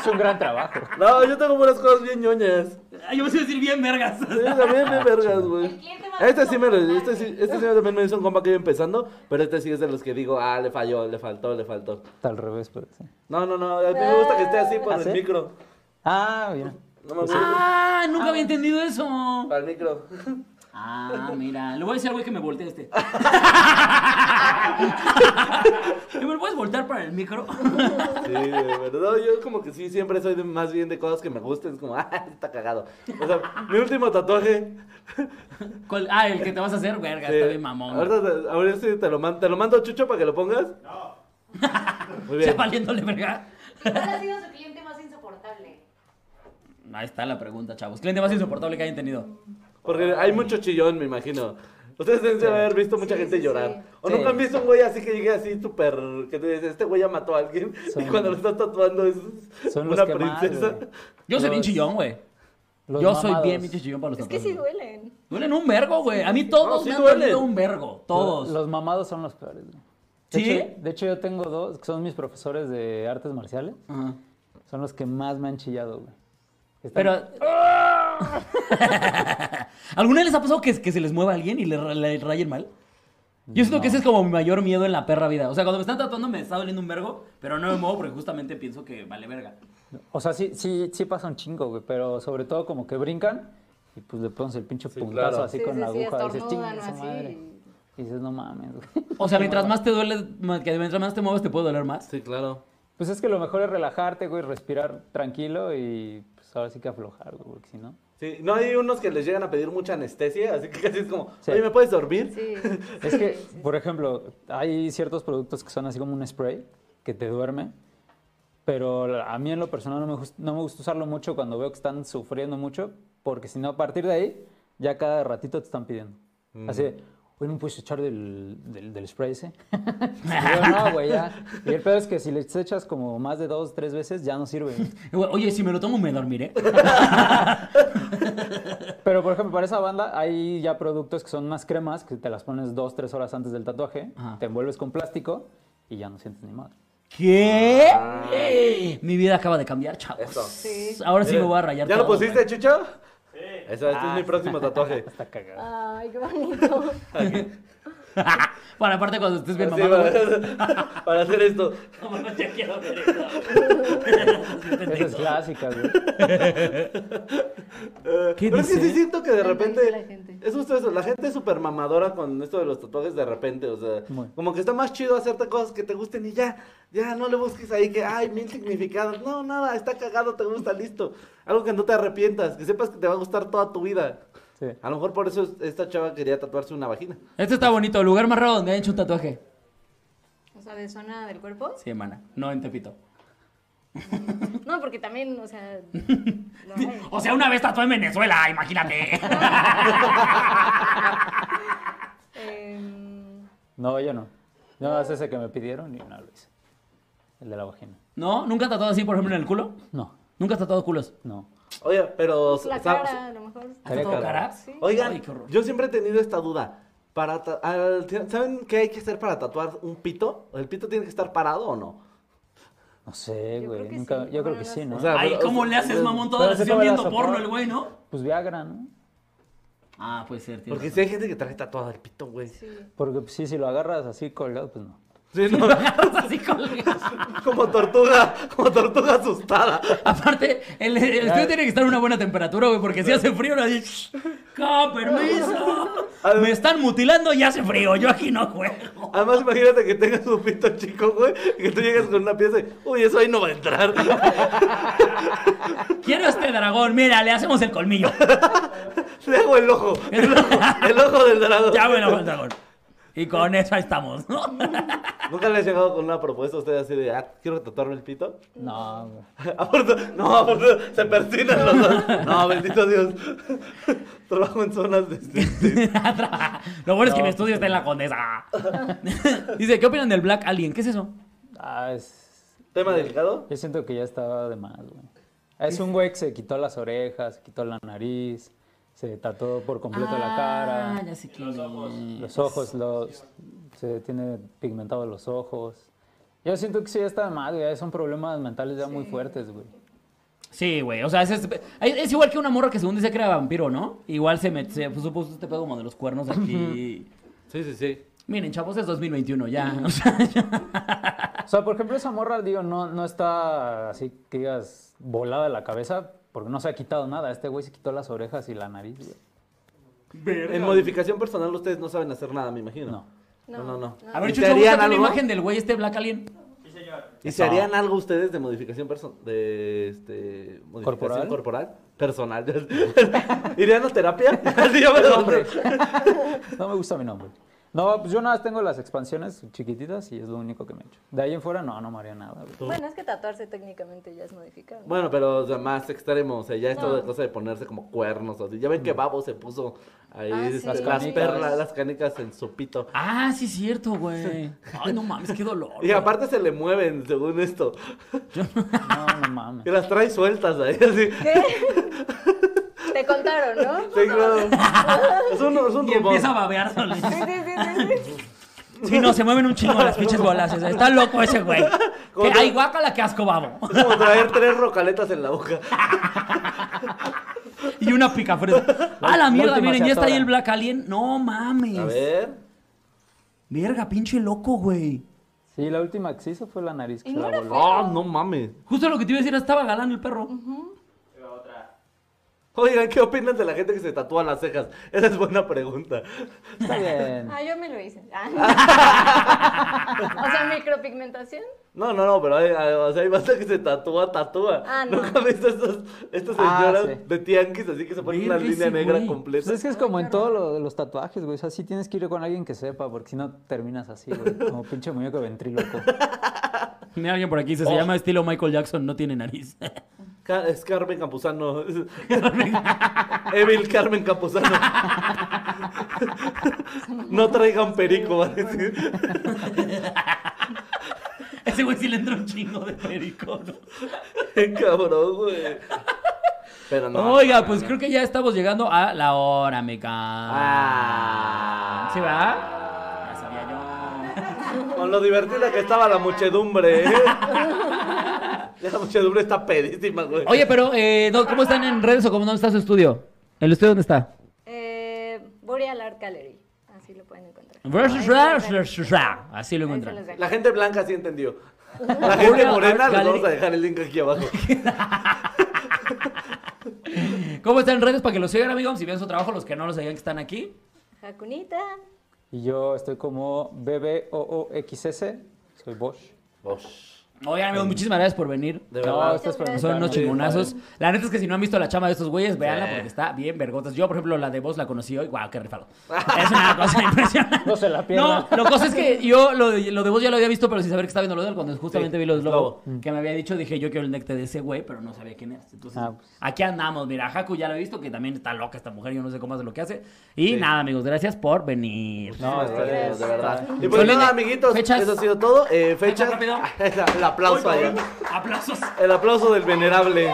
Es un gran trabajo.
No, yo tengo puras cosas bien ñoñas.
Yo me a decir bien vergas.
Sí, también bien vergas, güey.
El cliente va a
Este sí me lo,
recomendar,
este sí, este sí también me hizo un compa que iba empezando, pero este sí es de los que digo, ah, le falló, le faltó, le faltó.
Está al revés, pero sí.
No, no, no, a mí me gusta que esté así por
¿Ah,
el
sí?
micro.
Ah, bien.
No me gusta.
Ah, nunca había entendido eso.
Para el micro.
Ah, mira, le voy a decir al güey que me voltee este. ¿Me lo puedes voltear para el micro?
Sí, güey, pero no, yo como que sí, siempre soy de- más bien de cosas que me gustan, es como, *laughs* ah, está cagado. O sea, mi último tatuaje.
¿Cuál- Ah, el que te vas a hacer, verga, está
eh,
bien mamón.
Ahorita, te- ahora sí te lo, mando, te lo mando, Chucho, para que lo pongas. No. Muy
*laughs* ¿Se
bien.
valiéndole, verga?
¿Cuál ha sido su cliente más insoportable?
Ahí está la pregunta, chavos. Cliente más insoportable que hayan tenido.
Porque hay mucho chillón, me imagino. Ustedes deben de haber visto mucha
Sí,
gente
sí,
llorar.
sí.
O
Sí.
nunca han visto un güey así que llegue así súper. Que te dice, este güey ya mató a alguien.
Son-
Y cuando lo está tatuando es
Son los
una
que más,
princesa.
güey.
Yo soy bien
Los-
chillón, güey.
los
Yo soy
mamados.
bien pinche chillón para los
Es que sí
tatuajes.
duelen.
Duelen un vergo, güey. A mí todos
No, sí
me han
duelen.
dolido un vergo. Todos.
Los mamados son los peores, güey. De
¿Sí?
hecho- de hecho, yo tengo dos, que son mis profesores de artes marciales.
Ajá.
Son los que más me han chillado, güey. Están-
Pero. *laughs* ¿Alguna vez les ha pasado que, que se les mueva alguien y le, ra- le rayen mal? Yo siento que ese es como mi mayor miedo en la perra vida. O sea, cuando me están tatuando me está doliendo un vergo, pero no me muevo porque justamente pienso que vale verga.
O sea, sí, sí, sí pasa un chingo, güey. Pero sobre todo como que brincan y pues le pones el pinche puntazo
claro.
así
Sí,
con
sí,
la
sí,
aguja. y dices, "Chinga
estornudan o
esa
así".
madre". Y dices, no mames, güey. *laughs*
O sea, mientras más te duele, ma- que mientras más te mueves te puede doler más.
Sí, claro.
Pues es que lo mejor es relajarte, güey, respirar tranquilo y pues ahora sí que aflojar, güey, porque si no.
Sí, no hay unos que les llegan a pedir mucha anestesia, así que casi es como,
Sí.
oye, ¿me puedes dormir?
Sí.
*laughs*
Es que, por ejemplo, hay ciertos productos que son así como un spray que te duerme, pero la- a mí en lo personal no me, gus- no me gusta usarlo mucho cuando veo que están sufriendo mucho, porque si no, a partir de ahí, ya cada ratito te están pidiendo. Así de, güey, ¿no puedes echar del, del- del spray ese? *laughs* Y yo, no, güey, ya. Y el peor es que si le echas como más de dos, tres veces, ya no sirve.
Güey, Oye, si me lo tomo me
*laughs*
dormiré.
Pero, por ejemplo, para esa banda hay ya productos que son más cremas, que te las pones dos, tres horas antes del tatuaje,
Ajá.
te envuelves con plástico y ya no sientes ni madre.
¿Qué? Mi vida acaba de cambiar, chavos.
Ah. Eso.
Sí.
Ahora sí me voy a rayar.
¿Ya lo
todo,
pusiste,
güey. Ah.
Chucho?
Sí.
Eso, este es mi próximo tatuaje.
*laughs*
Está cagado.
Ay, qué bonito.
*laughs* Para aparte cuando estés bien
Así,
mamado. güey.
para, *laughs* para hacer esto.
*laughs* No mames, ya quiero ver *laughs*
*laughs*
eso.
Esa es clásica, güey.
Eh,
¿Qué
pero es que
dice?
sí siento que de
Ay,
repente.
la gente.
Es justo eso. La gente es súper mamadora con esto de los tatuajes de repente. O sea,
Muy.
como que está más chido hacerte cosas que te gusten y ya. Ya, no le busques ahí que hay mil significados. No, nada, está cagado, te gusta, listo. Algo que no te arrepientas, que sepas que te va a gustar toda tu vida.
Sí.
A lo mejor por eso es- esta chava quería tatuarse una vagina.
Este está bonito, el lugar más raro donde han hecho un tatuaje.
O sea, de zona del cuerpo.
Sí, hermana, no en Tepito.
No, porque también,
*laughs*
o sea. no hay.
O sea, una vez tatué en Venezuela, imagínate.
Em,
No, yo no. Yo no, es ese que me pidieron y no lo hice. El de la vagina.
¿No? ¿Nunca has tatuado así, por ejemplo, en el culo?
No,
¿Nunca has tatuado culos?
no.
Oye, pero.
la
¿sabes?
cara, a lo mejor.
¿Has tatuado
Cara.
cara?
Sí.
Oigan,
Ay, qué horror.
yo siempre he tenido esta duda. Para ta- al- ¿Saben qué hay que hacer para tatuar un pito? ¿El pito tiene que estar parado o no?
No sé,
Yo creo
güey.
que
Nunca,
sí.
yo creo
Bueno,
que
no
sí,
sé.
¿no?
O sea,
Ay,
Ah, pero-
¿cómo le haces,
pero-
mamón? Toda la
pero sí
sesión
te
viendo
vas a
porno
parar.
el güey, ¿no?
Pues Viagra, ¿no?
Ah, puede ser, tío.
Porque si hay gente que trae tatuado el pito, güey.
Sí.
Porque pues, sí, si lo agarras así colgado, pues no.
Sí, no,
*laughs*
*laughs*
así colgado.
como tortuga, como tortuga asustada.
Aparte, el, el estudio tiene que estar a una buena temperatura, güey, porque si hace frío, no así, ¡Con permiso! Me están mutilando y hace frío, yo aquí no juego.
Además, imagínate que tengas un pito chico, güey, que tú llegas con una pieza y, uy, eso ahí no va a entrar. *laughs*
Quiero este dragón, mira, le hacemos el colmillo.
Le hago el ojo, el ojo, el ojo del dragón.
Ya me lo hago el dragón. Y con eso ahí estamos, *laughs* ¿no?
¿Nunca le has llegado con una propuesta a usted así de, ah, quiero tatuarme el pito? *laughs*
No, güey.
Afortun- no, afortun- se persignan los dos. No, bendito Dios. *laughs* Trabajo en zonas de...
Lo bueno es que mi estudio
pues,
está en la condesa. *laughs* Dice, ¿qué opinan del Black Alien? ¿Qué es eso?
Ah, es...
¿Tema delicado?
Yo siento que ya estaba de más, güey. Es un güey que se quitó las orejas, se quitó la nariz, se tatuó por completo la
Ah,
cara,
ya sé quién. Los ojos.
los ojos, los... se tiene pigmentados los ojos. Yo siento que sí ya está de más, güey. ya Son problemas mentales ya muy fuertes, güey.
Sí, güey. O sea, es, es- es igual que una morra que según dice que era vampiro, ¿no? Igual se, me, se puso puso este pedo como de los cuernos aquí.
*laughs* Sí, sí, sí.
Miren, chavos, es 2021
*laughs*
ya. O sea, ya.
O sea, por ejemplo, esa morra, digo, no, no está así que digas volada de la cabeza porque no se ha quitado nada. Este güey se quitó las orejas y la nariz, güey.
En modificación personal ustedes no saben hacer nada, me imagino.
No.
No, no, no.
A ver,
¿Y
Chucho,
te harían
búscate una
algo?
imagen del güey este Black Alien.
Sí, señor.
¿Y se harían algo ustedes de modificación personal? De este. Modificación
¿Corporal?
corporal? Personal. *laughs* ¿Irían a terapia? *laughs* Así yo me lo
No me gusta mi nombre. No, pues yo nada más tengo las expansiones chiquititas y es lo único que me he hecho. De ahí en fuera, no, no me haría nada, güey.
Bueno, es que tatuarse técnicamente ya es modificado.
Bueno, pero o sea, más extremo. O sea, ya esto de
No.
cosa de ponerse como cuernos. O así. Ya ven que Babo se puso ahí
Ah,
este,
sí.
las,
Las
canicas.
perlas, las canicas en su pito.
Ah, sí, cierto, güey. Ay, no mames, qué dolor.
Y
güey.
aparte se le mueven, según esto.
No, no mames.
Y las trae sueltas ahí, *laughs* así.
¿Qué? *laughs* Te contaron, ¿no?
Sí, claro.
*laughs*
Es un, es un
Y
rumor.
empieza a babear
*laughs*
solito.
Sí, sí, sí, sí, sí.
Sí, no, se mueven un chingo las pinches bolas. o sea, está loco ese
*laughs*
güey.
¿Cómo
Que,
te-
ay, guácala, que asco, babo. *laughs*
Es como traer tres rocaletas en la boca.
Y una picafresa. Ah, la mierda,
última
miren, ya
se
está ahí
atora.
el Black Alien. No mames.
A ver.
Verga, pinche loco, güey.
Sí, la última que se hizo fue la nariz. Que
Y
se
no
la
era
voló.
Oh, no mames.
Justo lo que te iba a decir, estaba galán el perro.
Ahí va otra.
Oigan, ¿qué opinan de la gente que se tatúa las cejas? Esa es buena pregunta.
Está bien.
Ah, yo me lo hice. Ah. o sea, micropigmentación.
No, no, no, pero hay, hay- o sea, hay basta que se tatúa, tatúa.
Ah, no.
Nunca he visto estas, estas
Ah,
señoras
sí.
de tianguis así que se ponen una
Verga
línea
ese
negra
güey.
Pues
completa.
es que es como en todos los tatuajes, güey. O sea, sí tienes que ir con alguien que sepa, porque si no terminas así, güey. Como pinche muñeco ventríloco.
Mira, alguien por aquí dice, se
Oh.
llama estilo Michael Jackson, no tiene nariz.
Ca- es Carmen Campuzano. *laughs* Evil Carmen Campuzano.
*laughs*
no traigan perico, va a decir.
*laughs*
*laughs*
Ese güey sí le entra un chingo de perico, ¿no?
Qué Cabrón, güey. Pero no.
Oiga, pues creo que ya estamos llegando a la hora, meca.
Ah.
¿Sí va? Ya sabía yo.
Bueno, Con lo divertida que estaba la muchedumbre.
*laughs*
¿eh? la muchedumbre está pedísima, güey.
Oye, pero, eh, no, ¿cómo están en redes o cómo dónde está su estudio? ¿El estudio dónde está?
Eh, Boreal Art Gallery. Así lo pueden encontrar. Ahí
Versus
se los
Ra,
dejo.
versus Ra. Así lo
Ahí se los
encuentran.
dejo.
La gente blanca sí entendió. La gente morena, les vamos a dejar el link aquí abajo.
¿Cómo están en redes para que los sigan, amigos? Si ven su trabajo, los que no lo sabían que están aquí.
Jacunita.
Y yo estoy como BBOOXS, soy Bosch.
Bosh.
Oigan, amigos, muchísimas gracias por venir.
De verdad.
ustedes por
Muchas
Son
invitarme.
unos chingonazos. La neta es que si no han visto la chama de estos güeyes, véanla
Sí.
porque está bien vergotas. Yo, por ejemplo, la de vos la conocí hoy. ¡Guau, qué
*laughs*
rifado! Es una cosa impresionante.
No se la pierdan.
No, lo cosa es que yo lo de, lo de vos ya lo había visto, pero sin saber que estaba viendo lo de él. Cuando justamente
Sí,
vi lo de Lobo,
Lobo.
Mm.
que me había dicho, dije, yo quiero el necte de ese güey, pero no sabía quién es. Entonces,
Ah, pues.
aquí andamos. Mira, Haku ya lo he visto, que también está loca esta mujer. Yo no sé cómo hace lo que hace. Y
Sí.
nada, amigos, gracias por venir.
No,
Ustedes,
ustedes,
Este, de verdad. Y
Son
pues nada,
líneas-
amiguitos,
fechas.
eso ha sido todo. Eh, fechas.
rápido.
*laughs* El aplauso allá.
Aplausos
El aplauso del venerable.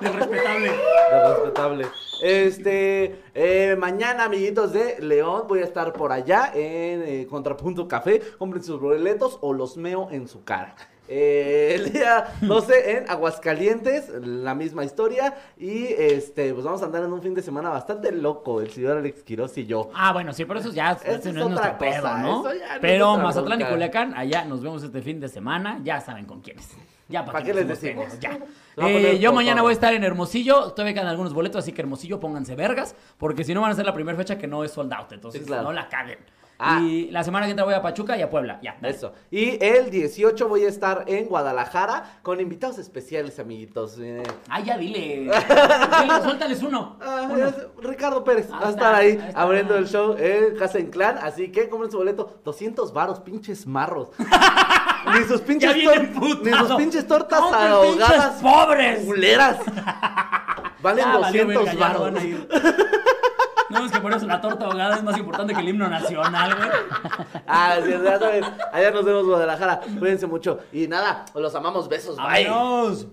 del respetable.
Lo respetable. Este, eh, mañana, amiguitos de León, voy a estar por allá en eh, Contrapunto Café. Compren sus boletos o los meo en su cara. Eh, el día 12 en Aguascalientes, la misma historia. Y este, pues vamos a andar en un fin de semana bastante loco, el señor Alex Quiroz y yo.
Ah, bueno, sí, pero eso ya
Eso
ese
es
no es nuestro
otra cosa,
pedo, ¿no?
eso ya no es
pero
nuestra
Mazatlán y
bronca.
Culiacán, allá nos vemos este fin de semana. Ya saben con quiénes. Ya para
¿Pa' qué les decimos?
Ya.
*laughs* Lo voy a
Eh,
poner
yo
por
mañana
todo.
voy a estar en Hermosillo. Todavía quedan algunos boletos, así que Hermosillo pónganse vergas. Porque si no van a ser la primera fecha que no es sold out. Entonces
Sí, claro.
no la caguen.
Ah.
Y la semana que entra voy a Pachuca y a Puebla. Ya. dale.
Eso. Y el 18 voy a estar en Guadalajara con invitados especiales, amiguitos. Eh,
Ah, ya
*laughs*
dile. Dile, Suéltales uno.
ah,
Uno.
es Ricardo Pérez
Ahí
va
está,
a estar ahí
ahí está.
abriendo el show en Casa en Clan. Así que compren su boleto. 200 varos,
*laughs*
pinches marros. ni sus
Ya
pinches,
viene
tor-
emputado.
ni sus pinches tortas
¡Compren
ahogadas
pinches pobres!
culeras. Valen
Ah, valió
200
verga, ya no
varos.
van a ir. No, es que por eso la torta ahogada es más importante que el himno nacional, güey.
Ah, sí, ya saben. Allá nos vemos Guadalajara. Cuídense mucho. Y nada, los amamos. Besos. Bye.
¡Vámonos!